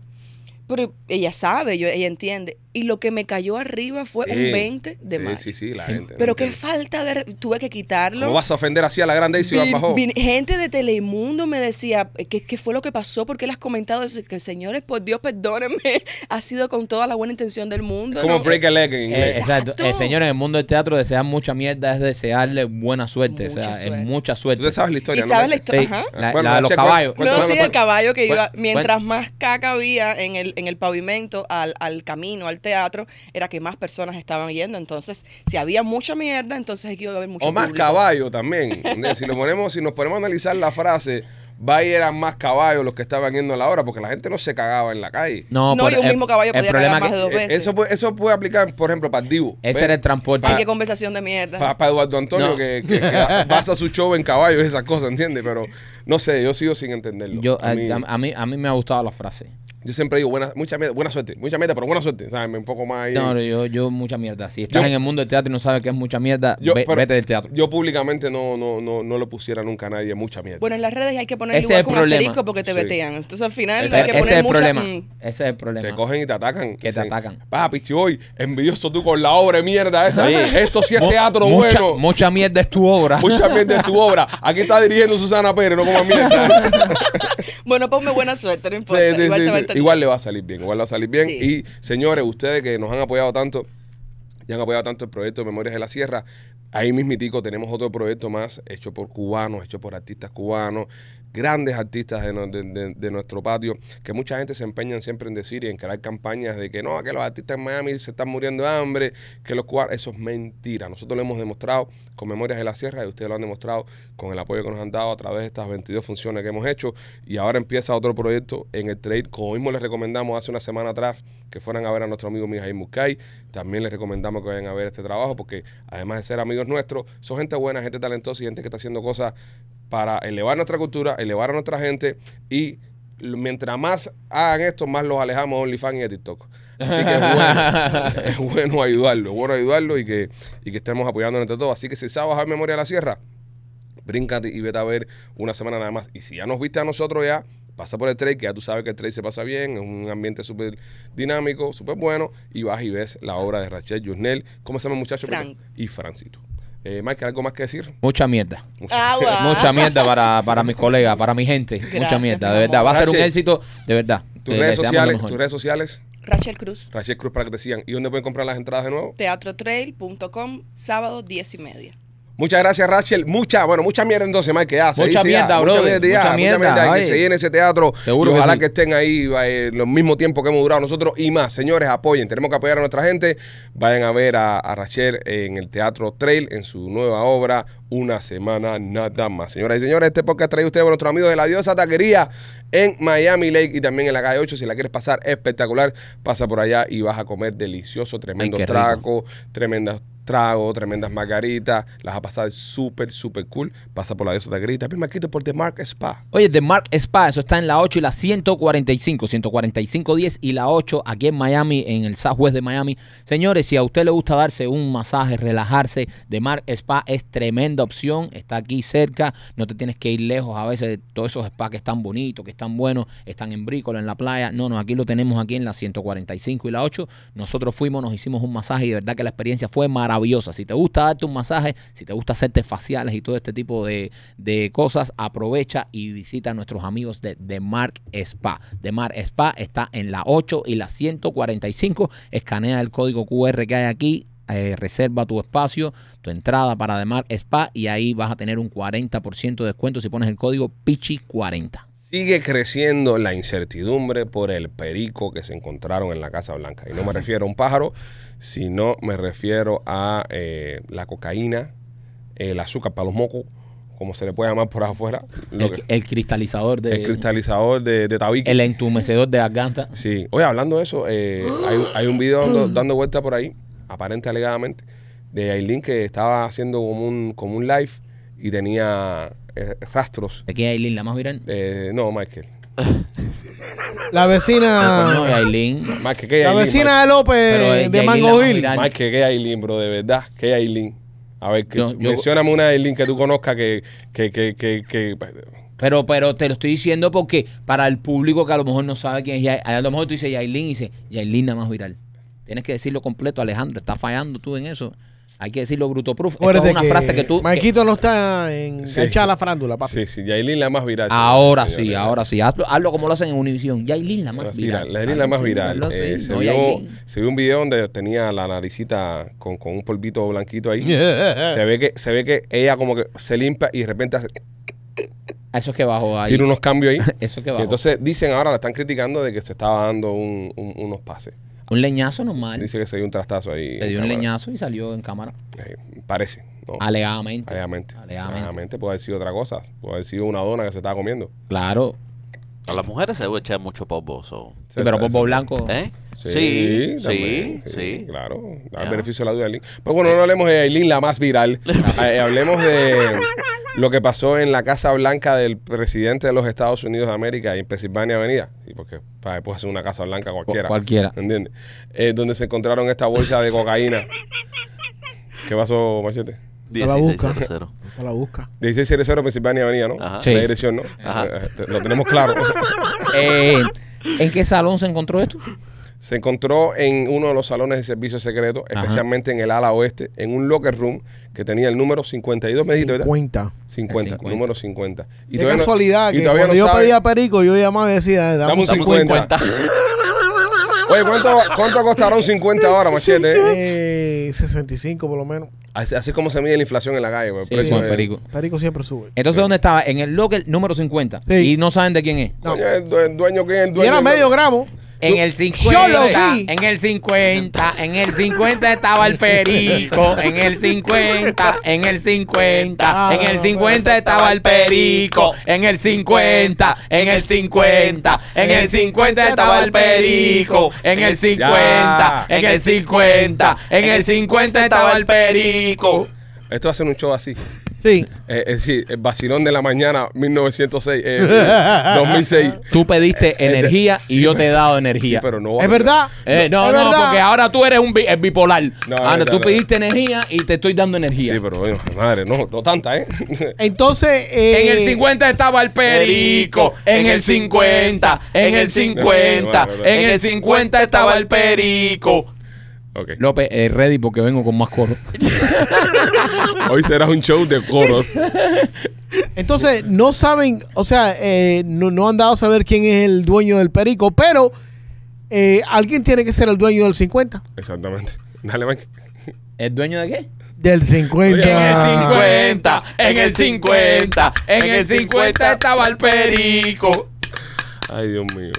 Pero ella sabe, yo, ella entiende. Y lo que me cayó arriba fue Sí. un 20 de Sí, más. sí, sí, la gente. no Pero qué entiende. falta de... re- Tuve que quitarlo. ¿Cómo vas a ofender así a la grande Daisy Vin- Barbajó? vin- gente de Telemundo me decía, ¿qué, qué fue lo que pasó? ¿Por qué las has comentado? Dice Que señores, por Dios, perdónenme. Ha sido con toda la buena intención del mundo. Como ¿no? break a leg en Eh, inglés. exacto. Exacto. Eh, señor, en el mundo del teatro desear mucha mierda es desearle buena suerte. o sea, Mucha es suerte. mucha suerte. Tú te sabes la historia, ¿no? ¿Y sabes la Sí, historia? Ajá. la, Bueno, la de los Rachel, caballos. ¿cuál- No, Cuéntame, sí, cuéntame. el caballo que iba. Cué- Mientras más caca había en el, en el pavimento, al, al camino, al teatro, era que más personas estaban yendo. Entonces, si había mucha mierda, entonces aquí iba a haber mucho O más público. caballo también. ¿entiendes? si lo ponemos, si nos ponemos a analizar la frase, va y eran más caballos los que estaban yendo a la hora, porque la gente no se cagaba en la calle. No, No, pero y un el- mismo caballo el podía problema cagar más que- e-, de dos Eh, veces. Eso, puede- eso puede aplicar, por ejemplo, para el Divo. Ese ¿ves? era el transporte. Ay, qué conversación de mierda. Para Eduardo Antonio, No. que, que- que basa su show en caballo y esas cosas, ¿entiendes? Pero no sé, yo sigo sin entenderlo. Yo, ah, eh, A mí- a, a mí, a mí me ha gustado la frase. Yo siempre digo, buena, mucha meta, buena suerte, mucha meta, pero buena suerte. ¿sabes? Me enfoco más ahí. No, no, yo, yo mucha mierda. Si estás Yo- en el mundo del teatro y no sabes qué es mucha mierda, Yo, ve- pero- vete del teatro. Yo públicamente no, no, no, no le pusiera nunca a nadie mucha mierda. Bueno, en las redes hay que poner Ese igual es el con problema. asterisco porque te Sí. vetean. Entonces al final Ese- hay que ese poner es el mucha- problema. mm, Ese es el problema. Te cogen y te atacan. Que te Dicen, atacan. Papi, hoy envidioso tú con la obra de mierda esa. Oye. Esto sí es Mu- teatro mucha, bueno. Mucha mierda es tu obra. Mucha mierda es tu obra. Aquí está dirigiendo Susana Pérez, no como mierda. Bueno, ponme buena suerte, no Sí, importa. sí, igual sí, se va a sí. entender. Igual le va a salir bien, igual le va a salir bien. Sí. Y señores, ustedes que nos han apoyado tanto, y han apoyado tanto el proyecto Memorias de la Sierra, ahí mismitico tenemos otro proyecto más hecho por cubanos, hecho por artistas cubanos, grandes artistas de, no- de- de- de nuestro patio, que mucha gente se empeñan siempre en decir y en crear campañas de que no, que los artistas en Miami se están muriendo de hambre, que los cubanos, eso es mentira. Nosotros lo hemos demostrado con Memorias de la Sierra y ustedes lo han demostrado con el apoyo que nos han dado a través de estas 22 funciones que hemos hecho. Y ahora empieza otro proyecto en el trade, como mismo les recomendamos hace una semana atrás que fueran a ver a nuestro amigo Mijail Muscay. También les recomendamos que vayan a ver este trabajo porque además de ser amigos nuestros, son gente buena, gente talentosa y gente que está haciendo cosas para elevar nuestra cultura, elevar a nuestra gente y l- mientras más hagan esto, más los alejamos de OnlyFans y de TikTok. Así que es bueno, es bueno ayudarlo, es bueno ayudarlo y que, y que estemos apoyando entre todos. Así que si sabes bajar Memoria de la Sierra, bríncate y vete a ver una semana nada más. Y si ya nos viste a nosotros ya, pasa por el trade, que ya tú sabes que el trade se pasa bien, es un ambiente súper dinámico, súper bueno, y vas y ves la obra de Rachel Yusnel, ¿cómo se llama el muchacho? Frank. Y Francito. Eh, Michael, ¿algo más que decir? Mucha mierda. Agua. Mucha mierda para, para mis colegas, para mi gente. Mucha mierda, mi de verdad. Va a ser un Gracias. éxito, de verdad. Tus Te redes deseamos lo sociales, mejor. tus redes sociales, Rachel Cruz, Rachel Cruz para que te sigan. ¿Y dónde pueden comprar las entradas de nuevo? teatrotrail.com, sábado 10 y media. Muchas gracias, Rachel. Mucha, bueno, mucha mierda entonces, Mike, que ya. se Mucha dice ya, mierda, mucha brother, mierda, ya, mucha mucha mierda, mierda, que oye. se llene ese teatro. Seguro Y que ojalá sí. que estén ahí eh, los mismos tiempos que hemos durado nosotros y más. Señores, apoyen, tenemos que apoyar a nuestra gente. Vayan a ver a, a Rachel en el Teatro Trail, en su nueva obra, Una Semana Nada Más. Señoras y señores, este podcast trae ustedes por nuestros amigos de la Diosa Taquería en Miami Lake y también en la calle 8. Si la quieres pasar espectacular, pasa por allá y vas a comer delicioso, tremendo qué rico. trago taco, tremendas tragos, tremendas margaritas. Las vas a pasar súper, súper cool. Pasa por la diosa de grita. Ven, Marquito, por The Mark Spa. Oye, The Mark Spa, eso está en la 8 y la 145, 145, 10 y la 8 aquí en Miami, en el Southwest de Miami. Señores, si a usted le gusta darse un masaje, relajarse, The Mark Spa es tremenda opción, está aquí cerca, no te tienes que ir lejos a veces de todos esos spas que están bonitos, que están buenos, están en Brícola, en la playa. No, no, aquí lo tenemos aquí en la 145 y la 8. Nosotros fuimos, nos hicimos un masaje y de verdad que la experiencia fue maravillosa. Si te gusta darte un masaje, si te gusta hacerte faciales y todo este tipo de, de cosas, aprovecha y visita a nuestros amigos de The Mark Spa. The Mark Spa está en la 8 y la 145. Escanea el código QR que hay aquí. eh, reserva tu espacio, tu entrada para The Mark Spa y ahí vas a tener un 40% de descuento si pones el código PICHI40. Sigue creciendo la incertidumbre por el perico que se encontraron en la Casa Blanca. Y no me refiero a un pájaro, sino me refiero a eh, la cocaína, el azúcar para los mocos, como se le puede llamar por afuera. Lo El, que- el cristalizador de... el cristalizador de, de tabique. el entumecedor de garganta. Sí. Oye, hablando de eso, eh, hay, hay un video dando, dando vuelta por ahí, aparente alegadamente, de Aileen que estaba haciendo como un, como un live y tenía eh, rastros. Aquí hay Aileen, la más viral. Eh, no, Michael. La Ah. No, vecina. Aileen. Michael, ¿qué La Aileen? vecina de Pero López es de Yailin Mango la Hill. más Michael, viral. Michael, ¿qué Aileen, bro? De verdad, ¿qué Aileen? A ver, que, No, yo- mencióname una Aileen que tú conozcas que... que, que, que, que- Pero, pero te lo estoy diciendo porque para el público que a lo mejor no sabe quién es Yailin, a lo mejor tú dices Yailin y dices Yailin la más viral. Tienes que decirlo completo, Alejandro. Está fallando tú en eso. Hay que decirlo bruto proof. Esto es Acuérdate una frase que tú. eh, que- Maikito no está en Sí. enganchada a la farándula, papi. sí, sí, Aileen la más viral. ahora señores, sí, señores. ahora sí. Hazlo, hazlo como lo hacen en Univision. Yailin la más Mira, viral. la Yailin la más Sí, viral. hazlo así. Eh, se, No, vio, Yailin. se vio un video donde tenía la naricita con, con un polvito blanquito ahí. se ve que se ve que ella como que se limpia y de repente hace- Eso es que bajo ahí. tiene unos cambios ahí. Eso es que Y bajo. entonces dicen ahora, la están criticando de que se estaba dando un- un- unos pases. un leñazo normal. Dice que se dio un trastazo ahí. Se en dio un cámara. leñazo y salió en cámara. Eh, parece. ¿no? Alegadamente. Alegadamente. Alegadamente. Alegadamente puede haber sido otra cosa. Puede haber sido una dona que se estaba comiendo. Claro. A las mujeres se debe echar mucho polvo. so. Sí, pero polvo blanco. ¿Eh? Sí, sí, también, sí. Claro, da el Ya. beneficio de la duda de Aileen. Pero bueno, no hablemos de Aileen, la más viral. Eh, hablemos de lo que pasó en la Casa Blanca del presidente de los Estados Unidos de América y en Pensilvania Avenida. Sí, porque para después hacer una Casa Blanca cualquiera. cualquiera. ¿Entiendes? Eh, donde se encontraron esta bolsa de cocaína. ¿Qué pasó, Machete? No la 16 busca. 00. Te la busca. 1600 Pensilvania Avenida, ¿no? Ajá. Sí. La dirección, ¿no? Ajá. Eh, te- Lo tenemos claro. Eh, ¿En qué salón se encontró esto? Pues Se encontró en uno de los salones de servicio secreto, Ajá. especialmente en el ala oeste, en un locker room que tenía el número 52, me dijiste, ¿verdad? 50. 50, El 50. número 50. Y de todavía no- casualidad, y que todavía cuando no yo sabe- pedía perico, yo llamaba y decía, dame Dame un un Estamos 50. 50. Oye, ¿cuánto, ¿cuánto costará un 50 ahora, machete? eh? eh, 65 por lo menos. Así, así como se mide la inflación en la calle, pues, el Sí, precio con de- perico. Perico siempre sube. Entonces, ¿dónde estaba? En el locker número 50. Sí. Y no saben de quién es. No. Coño, el, due- el dueño que es el Y dueño. era del- medio gramo. En el Yo lo 50, vi. en el 50, en el 50 estaba el perico, en el 50, en el 50, en el 50 estaba el perico, en el 50, en el 50, en el 50 estaba el perico, en el 50, en el 50, en el 50 estaba el perico. Esto va a ser un show así. Sí. Eh, es decir, el vacilón de la mañana, 1906, eh, eh, 2006. Tú pediste energía y yo te he dado Sí, pero no va a Es ser- verdad. Eh, no, es no, verdad. porque ahora tú eres un bi- el bipolar. No, Ahora no, tú no. pediste energía y te estoy dando energía. Sí, pero oye, madre, no, no tanta, ¿eh? Entonces. eh, en el 50 estaba el perico, en el 50, en el 50, en el 50 estaba el perico. Ok. López, eh, ready porque vengo con más coro. Hoy será un show de coros. Entonces, no saben, o sea, eh, no, no han dado a saber quién es el dueño del perico, pero eh, alguien tiene que ser el dueño del 50. Exactamente. Dale, Mike. ¿El dueño de qué? Ah. Del 50. En el 50, en el 50, en el 50 estaba el perico. Ay, Dios mío.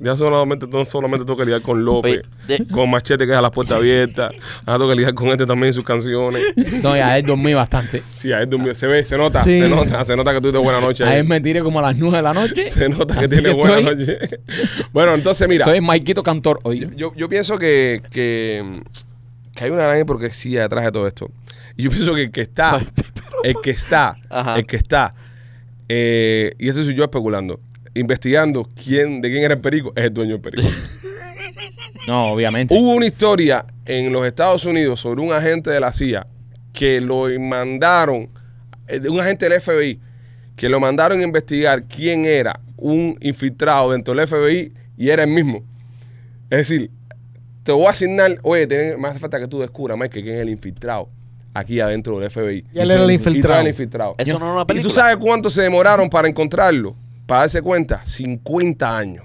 Ya solamente, no solamente tengo que lidiar con López, Pe- de- con Machete que deja la puerta abierta. Ahora tengo que lidiar con este también en sus canciones. No, ya él dormí bastante. Sí, a él durmió. Se ve, se nota, Sí. se nota, se nota que tuviste buena noche. A ahí. él me tiré como a las 9 de la noche. Se nota que Así tiene que buena estoy- noche. bueno, entonces mira, Soy Maikito Cantor hoy. yo, yo pienso que, que, que hay una gran hipocresía detrás de todo esto. Y yo pienso que el que está, el que está, Ajá. el que está, eh, y eso soy yo especulando, investigando quién, de quién era el perico, es el dueño del perico. No, obviamente. Hubo una historia en los Estados Unidos sobre un agente de la CIA que lo mandaron, eh, de un agente del FBI, que lo mandaron a investigar quién era un infiltrado dentro del FBI y era el mismo. Es decir, te voy a asignar, oye, tienen- me hace falta que tú descubras, Mike, quién es el infiltrado aquí adentro del FBI. Y él era el Y tú eres infiltrado. el infiltrado. Eso no es una ¿Y tú película. sabes cuánto se demoraron para encontrarlo? Para darse cuenta, 50 años.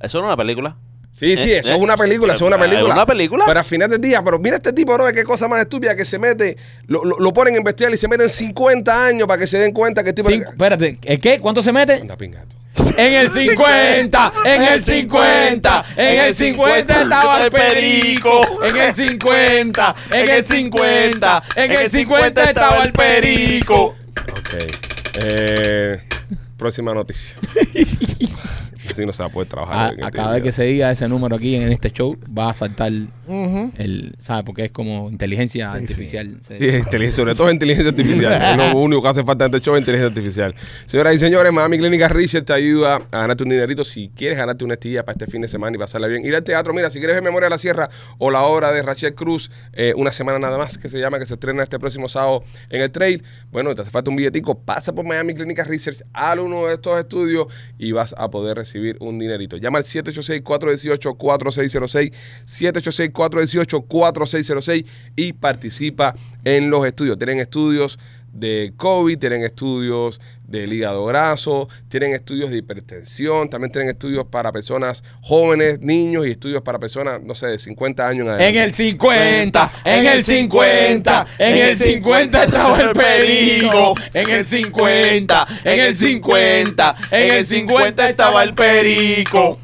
Eso no es una película. Sí, sí, Eh, eso eh, es una película, eso es una eh, película. ¿una película? Pero al final del día, pero mira este tipo, bro, qué cosa más estúpida que se mete, lo, lo, lo ponen a investigar y se meten 50 años para que se den cuenta que el tipo... Cinco- espérate, ¿el qué? ¿Cuánto se mete? Anda, pingato. En el 50, en el 50, en el 50 estaba el perico. En el 50, en el 50, en el 50 estaba el perico. Ok. Eh, próxima noticia. Así no se va a poder trabajar. en este Ah, Acaba de día. que se diga ese número aquí en este show, va a saltar Ujú. el, ¿sabes? Porque es como inteligencia Sí, sí. artificial. Se- Sí, inteligencia, sobre todo inteligencia artificial. es lo único que hace falta en este show es inteligencia artificial. Señoras y señores, Miami Clínica Richard te ayuda a ganarte un dinerito si quieres ganarte una estilla para este fin de semana y pasarla bien. Ir al teatro, mira, si quieres ver Memoria de la Sierra o la obra de Rachel Cruz, eh, una semana nada más que se llama, que se estrena este próximo sábado en el trail. Bueno, te hace falta un billetico, pasa por Miami Clínica Research al uno de estos estudios y vas a poder recibir un dinerito. Llama al 786-418-4606, 786-418-4606 y participa en los estudios. Tienen estudios de COVID, tienen estudios del hígado graso, tienen estudios de hipertensión, también tienen estudios para personas jóvenes, niños y estudios para personas, no sé, de 50 años en En adelante. el 50, en el 50, en el 50 estaba el perico. En el 50, en el 50, en el 50 estaba el perico.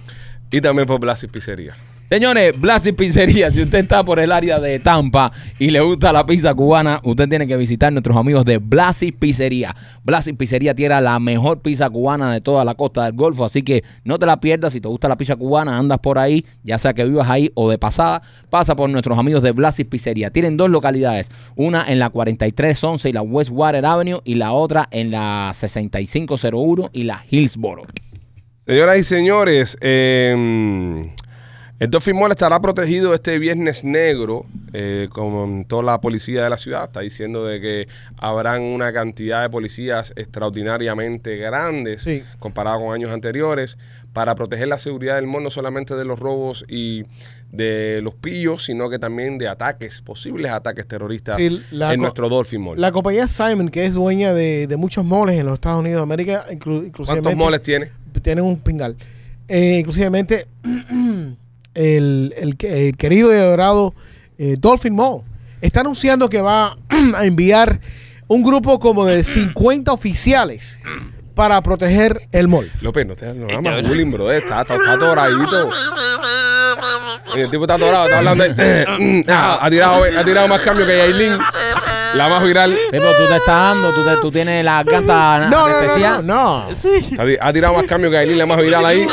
Y también por Blas y Pizzería. Señores, Blas y Pizzería, si usted está por el área de Tampa y le gusta la pizza cubana, usted tiene que visitar nuestros amigos de Blas y Pizzería. Blas y Pizzería tiene la mejor pizza cubana de toda la costa del Golfo, así que no te la pierdas. Si te gusta la pizza cubana, andas por ahí, ya sea que vivas ahí o de pasada, pasa por nuestros amigos de Blas y Pizzería. Tienen dos localidades, una en la 4311 y la Westwater Avenue y la otra en la 6501 y la Hillsboro. Señoras y señores, eh, el Dolphin Mall estará protegido este viernes negro, eh, con toda la policía de la ciudad. Está diciendo de que habrán una cantidad de policías extraordinariamente grandes Sí. comparado con años anteriores para proteger la seguridad del mall no solamente de los robos y de los pillos, sino que también de ataques, posibles ataques terroristas Sí, la en co- nuestro Dolphin Mall. La compañía Simon, que es dueña de, de muchos moles en los Estados Unidos de América, inclu, ¿Cuántos inclusivemente- moles tiene? Tienen un pingal. Eh, inclusivemente, el, el que- el querido y adorado eh, Dolphin Mall está anunciando que va a enviar un grupo como de 50 oficiales para proteger el mall. López, no te no Este hagas más cabrón. bullying, bro. eh. Está, está, está atoradito. Oye, El tipo está atorado, está hablando. de- Ah, ha, tirado, ha tirado más cambio que Yailin. La más viral. Pero tú te estás dando, tú, te- tú tienes la garganta No, no, no, anestesiada. no, no. Ha, ti- ha tirado más cambio que Yailin, la más viral ahí.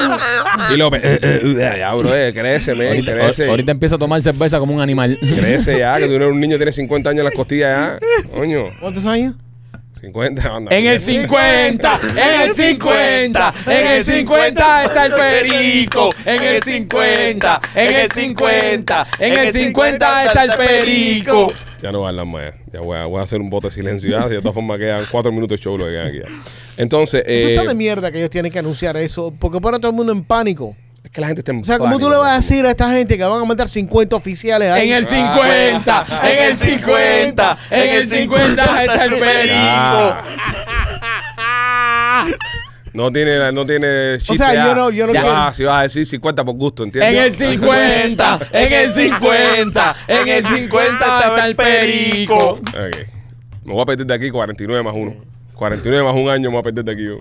Y López, ya, bro, eh, crece, men, Ahorita, crece. ahor- ahorita empieza a tomar cerveza como un animal. Crece ya, que tú eres un niño, tienes 50 años en las costillas ya. Coño, ¿Cuántos años? 50, anda. En el 50, en el 50, en el 50 está el perico. En el 50, en el 50, en el 50 está el perico. Ya no va a hablar más. Ya, Ya voy a, voy a hacer un voto de silencio ya. De todas formas, quedan 4 minutos de show lo que quedan aquí ya. Entonces, Eso eh, está de mierda que ellos tienen que anunciar eso, porque pone a todo el mundo en pánico. es que la gente está en O sea, ¿cómo tú pánico, le vas a bro. decir a esta gente que van a mandar 50 oficiales ahí? En el 50, Ah, en el 50, en el 50 está el perico. Ya. No tiene, no tiene chiste. sea, yo ya. no- yo no si, quiero- vas, si vas a decir 50 por gusto, ¿entiendes? En el 50, en el 50, en el 50 Ah, está el perico. Ok. Me voy a perder de aquí 49 más 1. 49 más un año me voy a perder de aquí yo.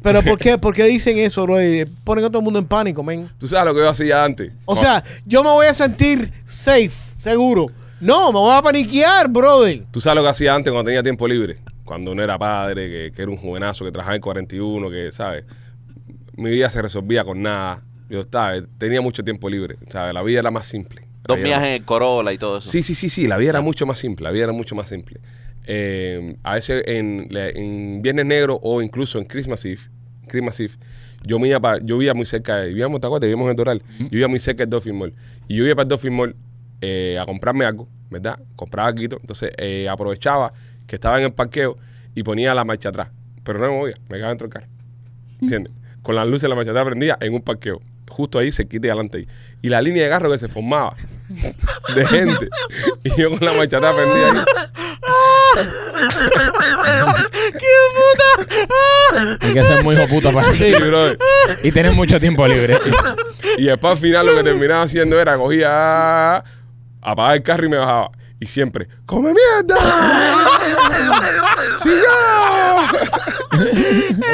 Pero ¿por qué, por qué dicen eso, bro? Eh, Ponen a todo el mundo en pánico, men. Tú sabes lo que yo hacía antes. O sea, yo me voy a sentir safe, seguro. No, me voy a paniquear, brother. Tú sabes lo que hacía antes cuando tenía tiempo libre. Cuando no era padre, que, que era un jovenazo, que trabajaba en 41, que, ¿sabes? Mi vida se resolvía con nada. Yo, ¿sabes? Tenía mucho tiempo libre. ¿Sabes? La vida era más simple. La Dos vida era viajes en el Corolla y todo eso. Sí, sí, sí, sí, la vida era mucho más simple, la vida era mucho más simple. Eh, a veces en, la- en Viernes Negro o incluso en Christmas Eve, Christmas Eve, yo me iba pa- yo vivía muy cerca, de, vivíamos, ¿te acuerdas? Vivíamos en el Doral, yo vivía muy cerca del Dolphin Mall. Y yo iba para el Dolphin Mall eh, a comprarme algo, ¿verdad? Compraba algo, entonces eh, aprovechaba que estaba en el parqueo y ponía la marcha atrás, pero no me movía, me quedaba dentro del carro. ¿Entiendes? Con las luces de la macheta prendida en un parqueo. Justo ahí se quite adelante ahí. Y la línea de carro que se formaba de gente. Y yo con la macheta prendida ahí. ¿Eh? Hay que ser muy hijo puta para Sí, brother. Y tener mucho tiempo libre. Y después al final lo que terminaba haciendo era cogía, apagaba el carro y me bajaba. Y siempre, ¡come mierda! ¡Siga!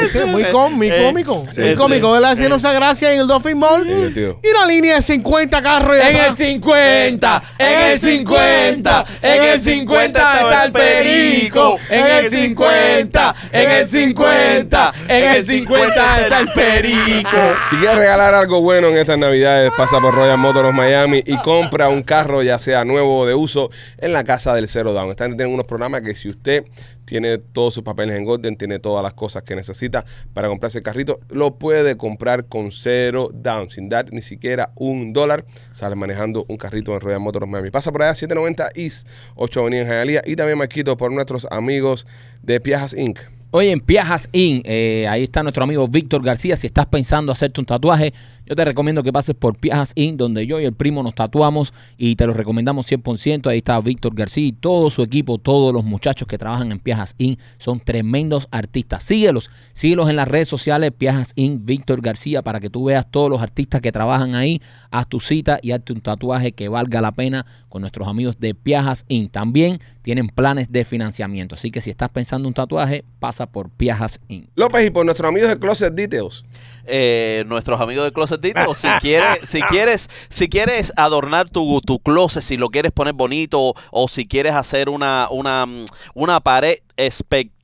Este es muy cómico, Eh, cómico. sí, muy sí. cómico, ¿verdad? Haciendo esa gracia en el Dolphin Mall. divertido. Y una línea de 50 carros. y En el atrás. 50, en el 50, en el 50 está el perico. En el 50, en el 50, en el 50 está el perico. Si quieres regalar algo bueno en estas navidades, pasa por Royal Motors Miami y compra un carro, ya sea nuevo o de uso, en la casa del Zero Down. Están tienen unos programas que si usted tiene todos sus papeles en orden, tiene todas las cosas que necesita para comprarse el carrito, lo puede comprar con Zero Down, sin dar ni siquiera un dólar. Sale manejando un carrito en Royal Motors Miami. Pasa por allá 790 East, 8 Avenida en Hialeah y también Marquito por nuestros amigos de Piajas Inc. Oye, en Piajas In, eh, ahí está nuestro amigo Víctor García. Si estás pensando hacerte un tatuaje, yo te recomiendo que pases por Piajas In, donde yo y el primo nos tatuamos y te lo recomendamos 100%. Ahí está Víctor García y todo su equipo, todos los muchachos que trabajan en Piajas In, son tremendos artistas. Síguelos, síguelos en las redes sociales, Piajas In, Víctor García, para que tú veas todos los artistas que trabajan ahí. Haz tu cita y hazte un tatuaje que valga la pena con nuestros amigos de Piajas In. También tienen planes de financiamiento. Así que si estás pensando un tatuaje, pasa por Piajas In. López y por nuestros amigos de Closet Details. eh, nuestros amigos de Closet Dito. Si quieres, si quieres, si quieres adornar tu, tu closet, si lo quieres poner bonito o, o si quieres hacer una, una, mm, una pared espectacular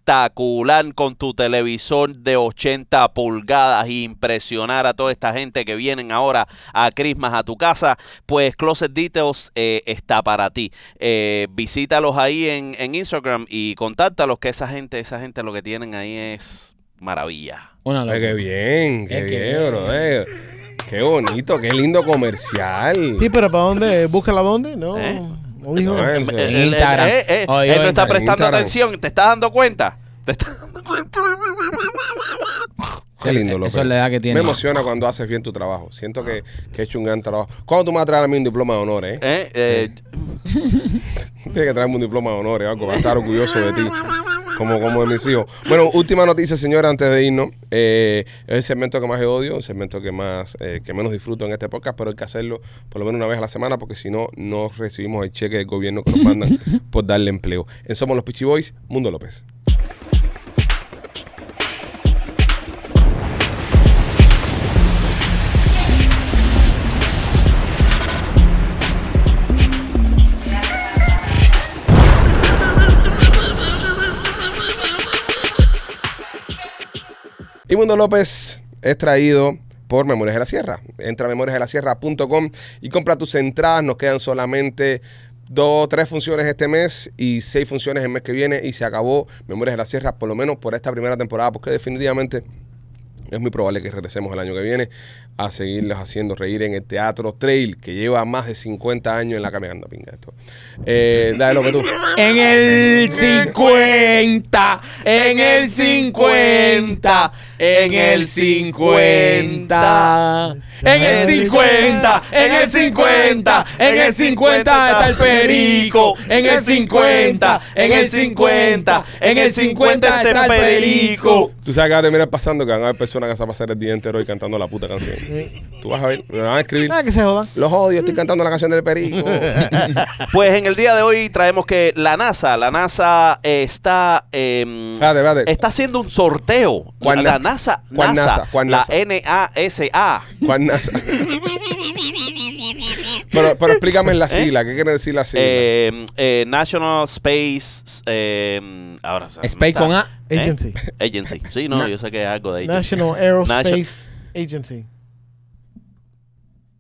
con tu televisor de 80 pulgadas y impresionar a toda esta gente que vienen ahora a Christmas a tu casa, pues Closet Details eh, está para ti. Eh, visítalos ahí en, en Instagram y contáctalos que esa gente, esa gente lo que tienen ahí es maravilla. Una Ay, qué locura. bien, qué Es que- bien, bro. eh. Qué bonito, qué lindo comercial. Sí, pues, pero ¿para dónde? ¿Búscala dónde? No, ¿Eh? no dijo. No, en- Él- él- Instagram. él- él- Oye, eh, él no oye, está en prestando Instagram. atención, ¿te estás dando cuenta? ¿Te estás dando cuenta? Qué lindo, Eso López. es la edad que tiene. Me emociona cuando haces bien tu trabajo. Siento que, que he hecho un gran trabajo. ¿Cuándo tú me vas a traer a mí un diploma de honores? Eh? Eh, eh, Tienes que traerme un diploma de honores o algo para estar orgulloso de ti. Como, como de mis hijos. Bueno, última noticia, señora, antes de irnos. Eh, es el segmento que más odio, el segmento que más eh, que menos disfruto en este podcast, pero hay que hacerlo por lo menos una vez a la semana porque si no, no recibimos el cheque del gobierno que nos mandan por darle empleo. En Somos los Pichi Boys, Mundo López. Y Mundo López es traído por Memorias de la Sierra. Entra a memoriasdelasierra.com y compra tus entradas. Nos quedan solamente dos, tres funciones este mes y seis funciones el mes que viene y se acabó Memorias de la Sierra, por lo menos por esta primera temporada, porque definitivamente es muy probable que regresemos el año que viene a seguirlos haciendo reír en el Teatro Trail, que lleva más de 50 años en la caminando, pinga esto. Eh, dale, López, tú. En el 50, en el 50, en el 50, en el 50, en el 50, en el 50 está el perico, en el 50, en el 50, en el 50 está el perico. Tú sabes que va a terminar pasando que van a haber personas que se van a pasar el día entero y cantando la puta canción. Tú vas a ver, me van a escribir. Ah, que se jodan. Los odio, estoy cantando la canción del perico. Pues en el día de hoy traemos que la NASA, la NASA eh, está eh, Espérate, espérate. está haciendo un sorteo. ¿Cuál la na- NASA, cuál NASA, NASA? ¿Cuál la NASA? NASA. Juan NASA. pero, pero explícame la sigla, ¿qué quiere decir la sigla? eh, eh, National Space eh, ahora o sea, Space está- con A. ¿eh? Agency. Agency. Sí, no, yo sé que es algo de agency. National Aerospace Agency.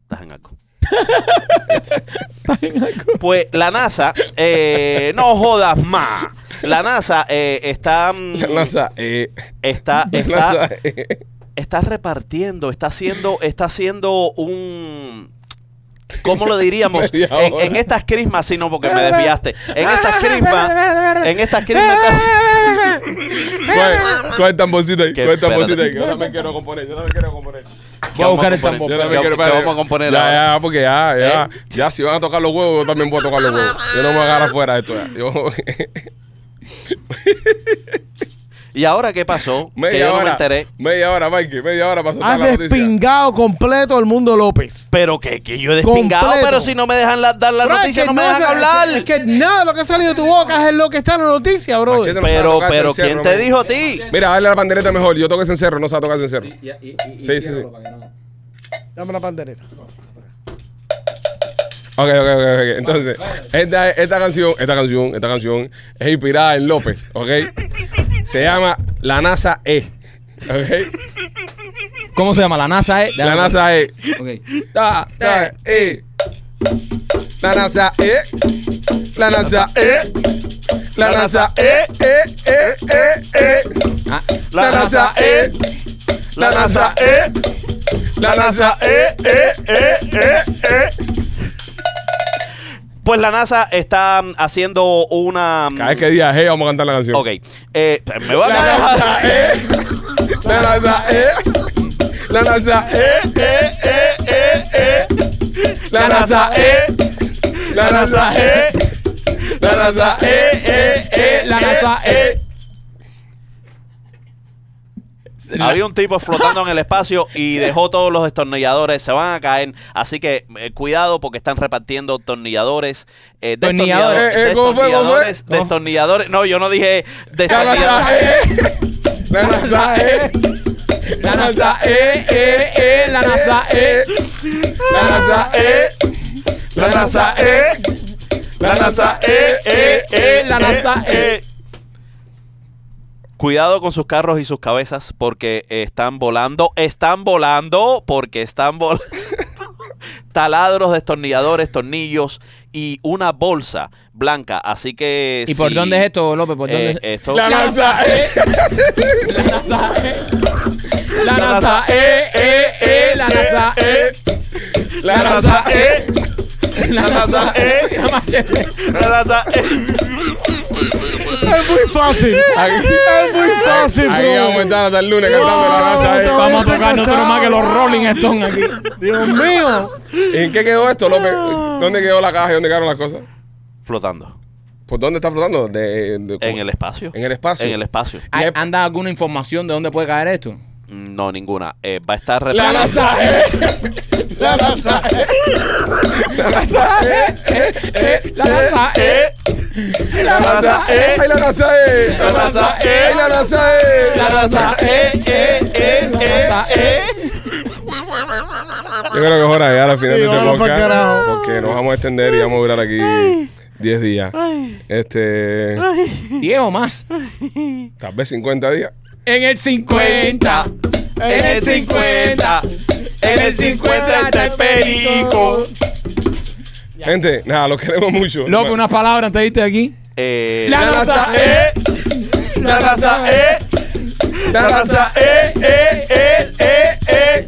Estás en algo. Pues la NASA, eh, no jodas más. La NASA eh, está, mm, La NASA, eh, está, la está, NASA, eh. está repartiendo, está haciendo, está haciendo un ¿cómo lo diríamos? Media En, hora. en estas crismas, sí, no, porque me desviaste. En estas crismas, en estas crismas está- Coge- coge el tamborcito ahí, Que- coge el tamborcito espérate. ahí. que Yo también quiero componer, yo también quiero componer. Voy a buscar el vamos Yo tambor. a componer? también quiero ¿Qué vamos a componer ahora? ¿Eh? Ya, ya, porque ya, ya. Ya, si van a tocar los huevos, yo también voy a tocar los huevos. Yo no me voy a agarrar fuera de esto ya. Yo- ¿Y ahora qué pasó? que media yo no me hora. enteré. media hora, Mikey, media hora para soltar Has la noticia. despingado completo el mundo López. Pero que, que yo he despingado, Completo. pero si no me dejan la- dar la Bro, es noticia, que no me dejan es- hablar. Es que nada de lo que ha salido de tu boca es lo que está en la noticia, bro. Machete no sabe Pero, tocar pero, cencerro, ¿quién te man. dijo a ti? Mira, dale la pandereta mejor. Yo toco ese encerro, no se va a tocar ese encerro. Sí, sí, sí. Dame la pandereta. Ok, ok, ok, ok. Entonces, esta, esta canción, esta canción, esta canción es inspirada en López, ¿ok? Se llama La NASA E. ¿Ok? ¿Cómo se llama? La NASA, eh. La NASA E. La NASA E. La NASA E. La NASA E. La NASA E. E, E, E, E. Ah, La NASA E. La NASA E. La NASA E. E, E, E, E. Pues la NASA está mm, haciendo una. mm, Cada vez que diga hey, vamos a cantar la canción. Ok. Eh, me van a La dejar. NASA, eh. La NASA, eh. La NASA, eh, eh, eh, eh, eh. La NASA, eh. La NASA, eh. La NASA, E, eh, eh, eh, La NASA, eh. Había un tipo flotando en el espacio y dejó todos los destornilladores, se van a caer. Así que eh, cuidado porque están repartiendo tornilladores. Eh, Tornilladores. Eh, eh, ¿cómo fue, cómo fue? destornilladores, ¿Cómo? destornilladores. No, yo no dije La NASA, destornilladores. eh, la NASA, eh, La NASA, eh, eh, eh, la NASA, eh, la NASA, eh, la NASA, eh, la NASA, eh, eh, eh, la NASA, eh. Cuidado con sus carros y sus cabezas porque eh, están volando. Están volando porque están volando. Taladros, destornilladores, tornillos y una bolsa blanca. Así que. ¿Y por si- dónde es esto, López? ¿Por dónde eh, es? esto? la NASA, eh, La NASA, eh. La NASA, eh, eh, eh, la NASA, eh. la NASA, E. eh, La NASA, eh. La machete. La NASA, eh. Es muy fácil. Aquí- Es muy fácil, bro. ahí ah, vamos a estar hasta el lunes cantando la NASA, eh. Vamos a no tocar nosotros más que los Rolling Stones aquí. Dios mío. ¿En qué quedó esto, López? ¿Dónde quedó la caja y dónde quedaron las cosas? Flotando. ¿Por dónde está flotando? De- de- En el espacio. En el espacio. En el espacio. ¿Anda alguna información de dónde puede caer esto? No, ninguna. Eh, va a estar La repartiendo. NASA, eh, la NASA, eh, la NASA, eh, La NASA, E. eh. la NASA, eh, ay, la NASA, eh, la NASA, eh, ay, la NASA, eh, la NASA, eh, eh, eh, eh, eh. E. Yo creo que es hora de llegar al final Sí, de este vámonos pa'l podcast. carajo. Porque nos vamos a extender y vamos a durar aquí 10 días. Este. Diez o más. Tal vez 50 días. En el 50. En el 50. En el 50 está el perico. Gente, nada, los queremos mucho. López, unas palabras te diste aquí. Eh, La NASA, eh. La NASA, E. eh. La NASA, eh, eh, eh, eh, eh.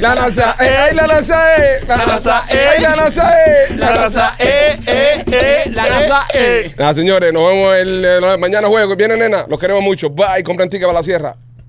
La NASA, eh, ay, la NASA, eh. La NASA, eh, ay, la NASA, eh. La NASA, eh, eh, eh. La NASA, eh. Nada, señores, nos vemos el, eh, mañana jueves. que Viene, nena. Los queremos mucho. Bye. Compren ticket para la sierra.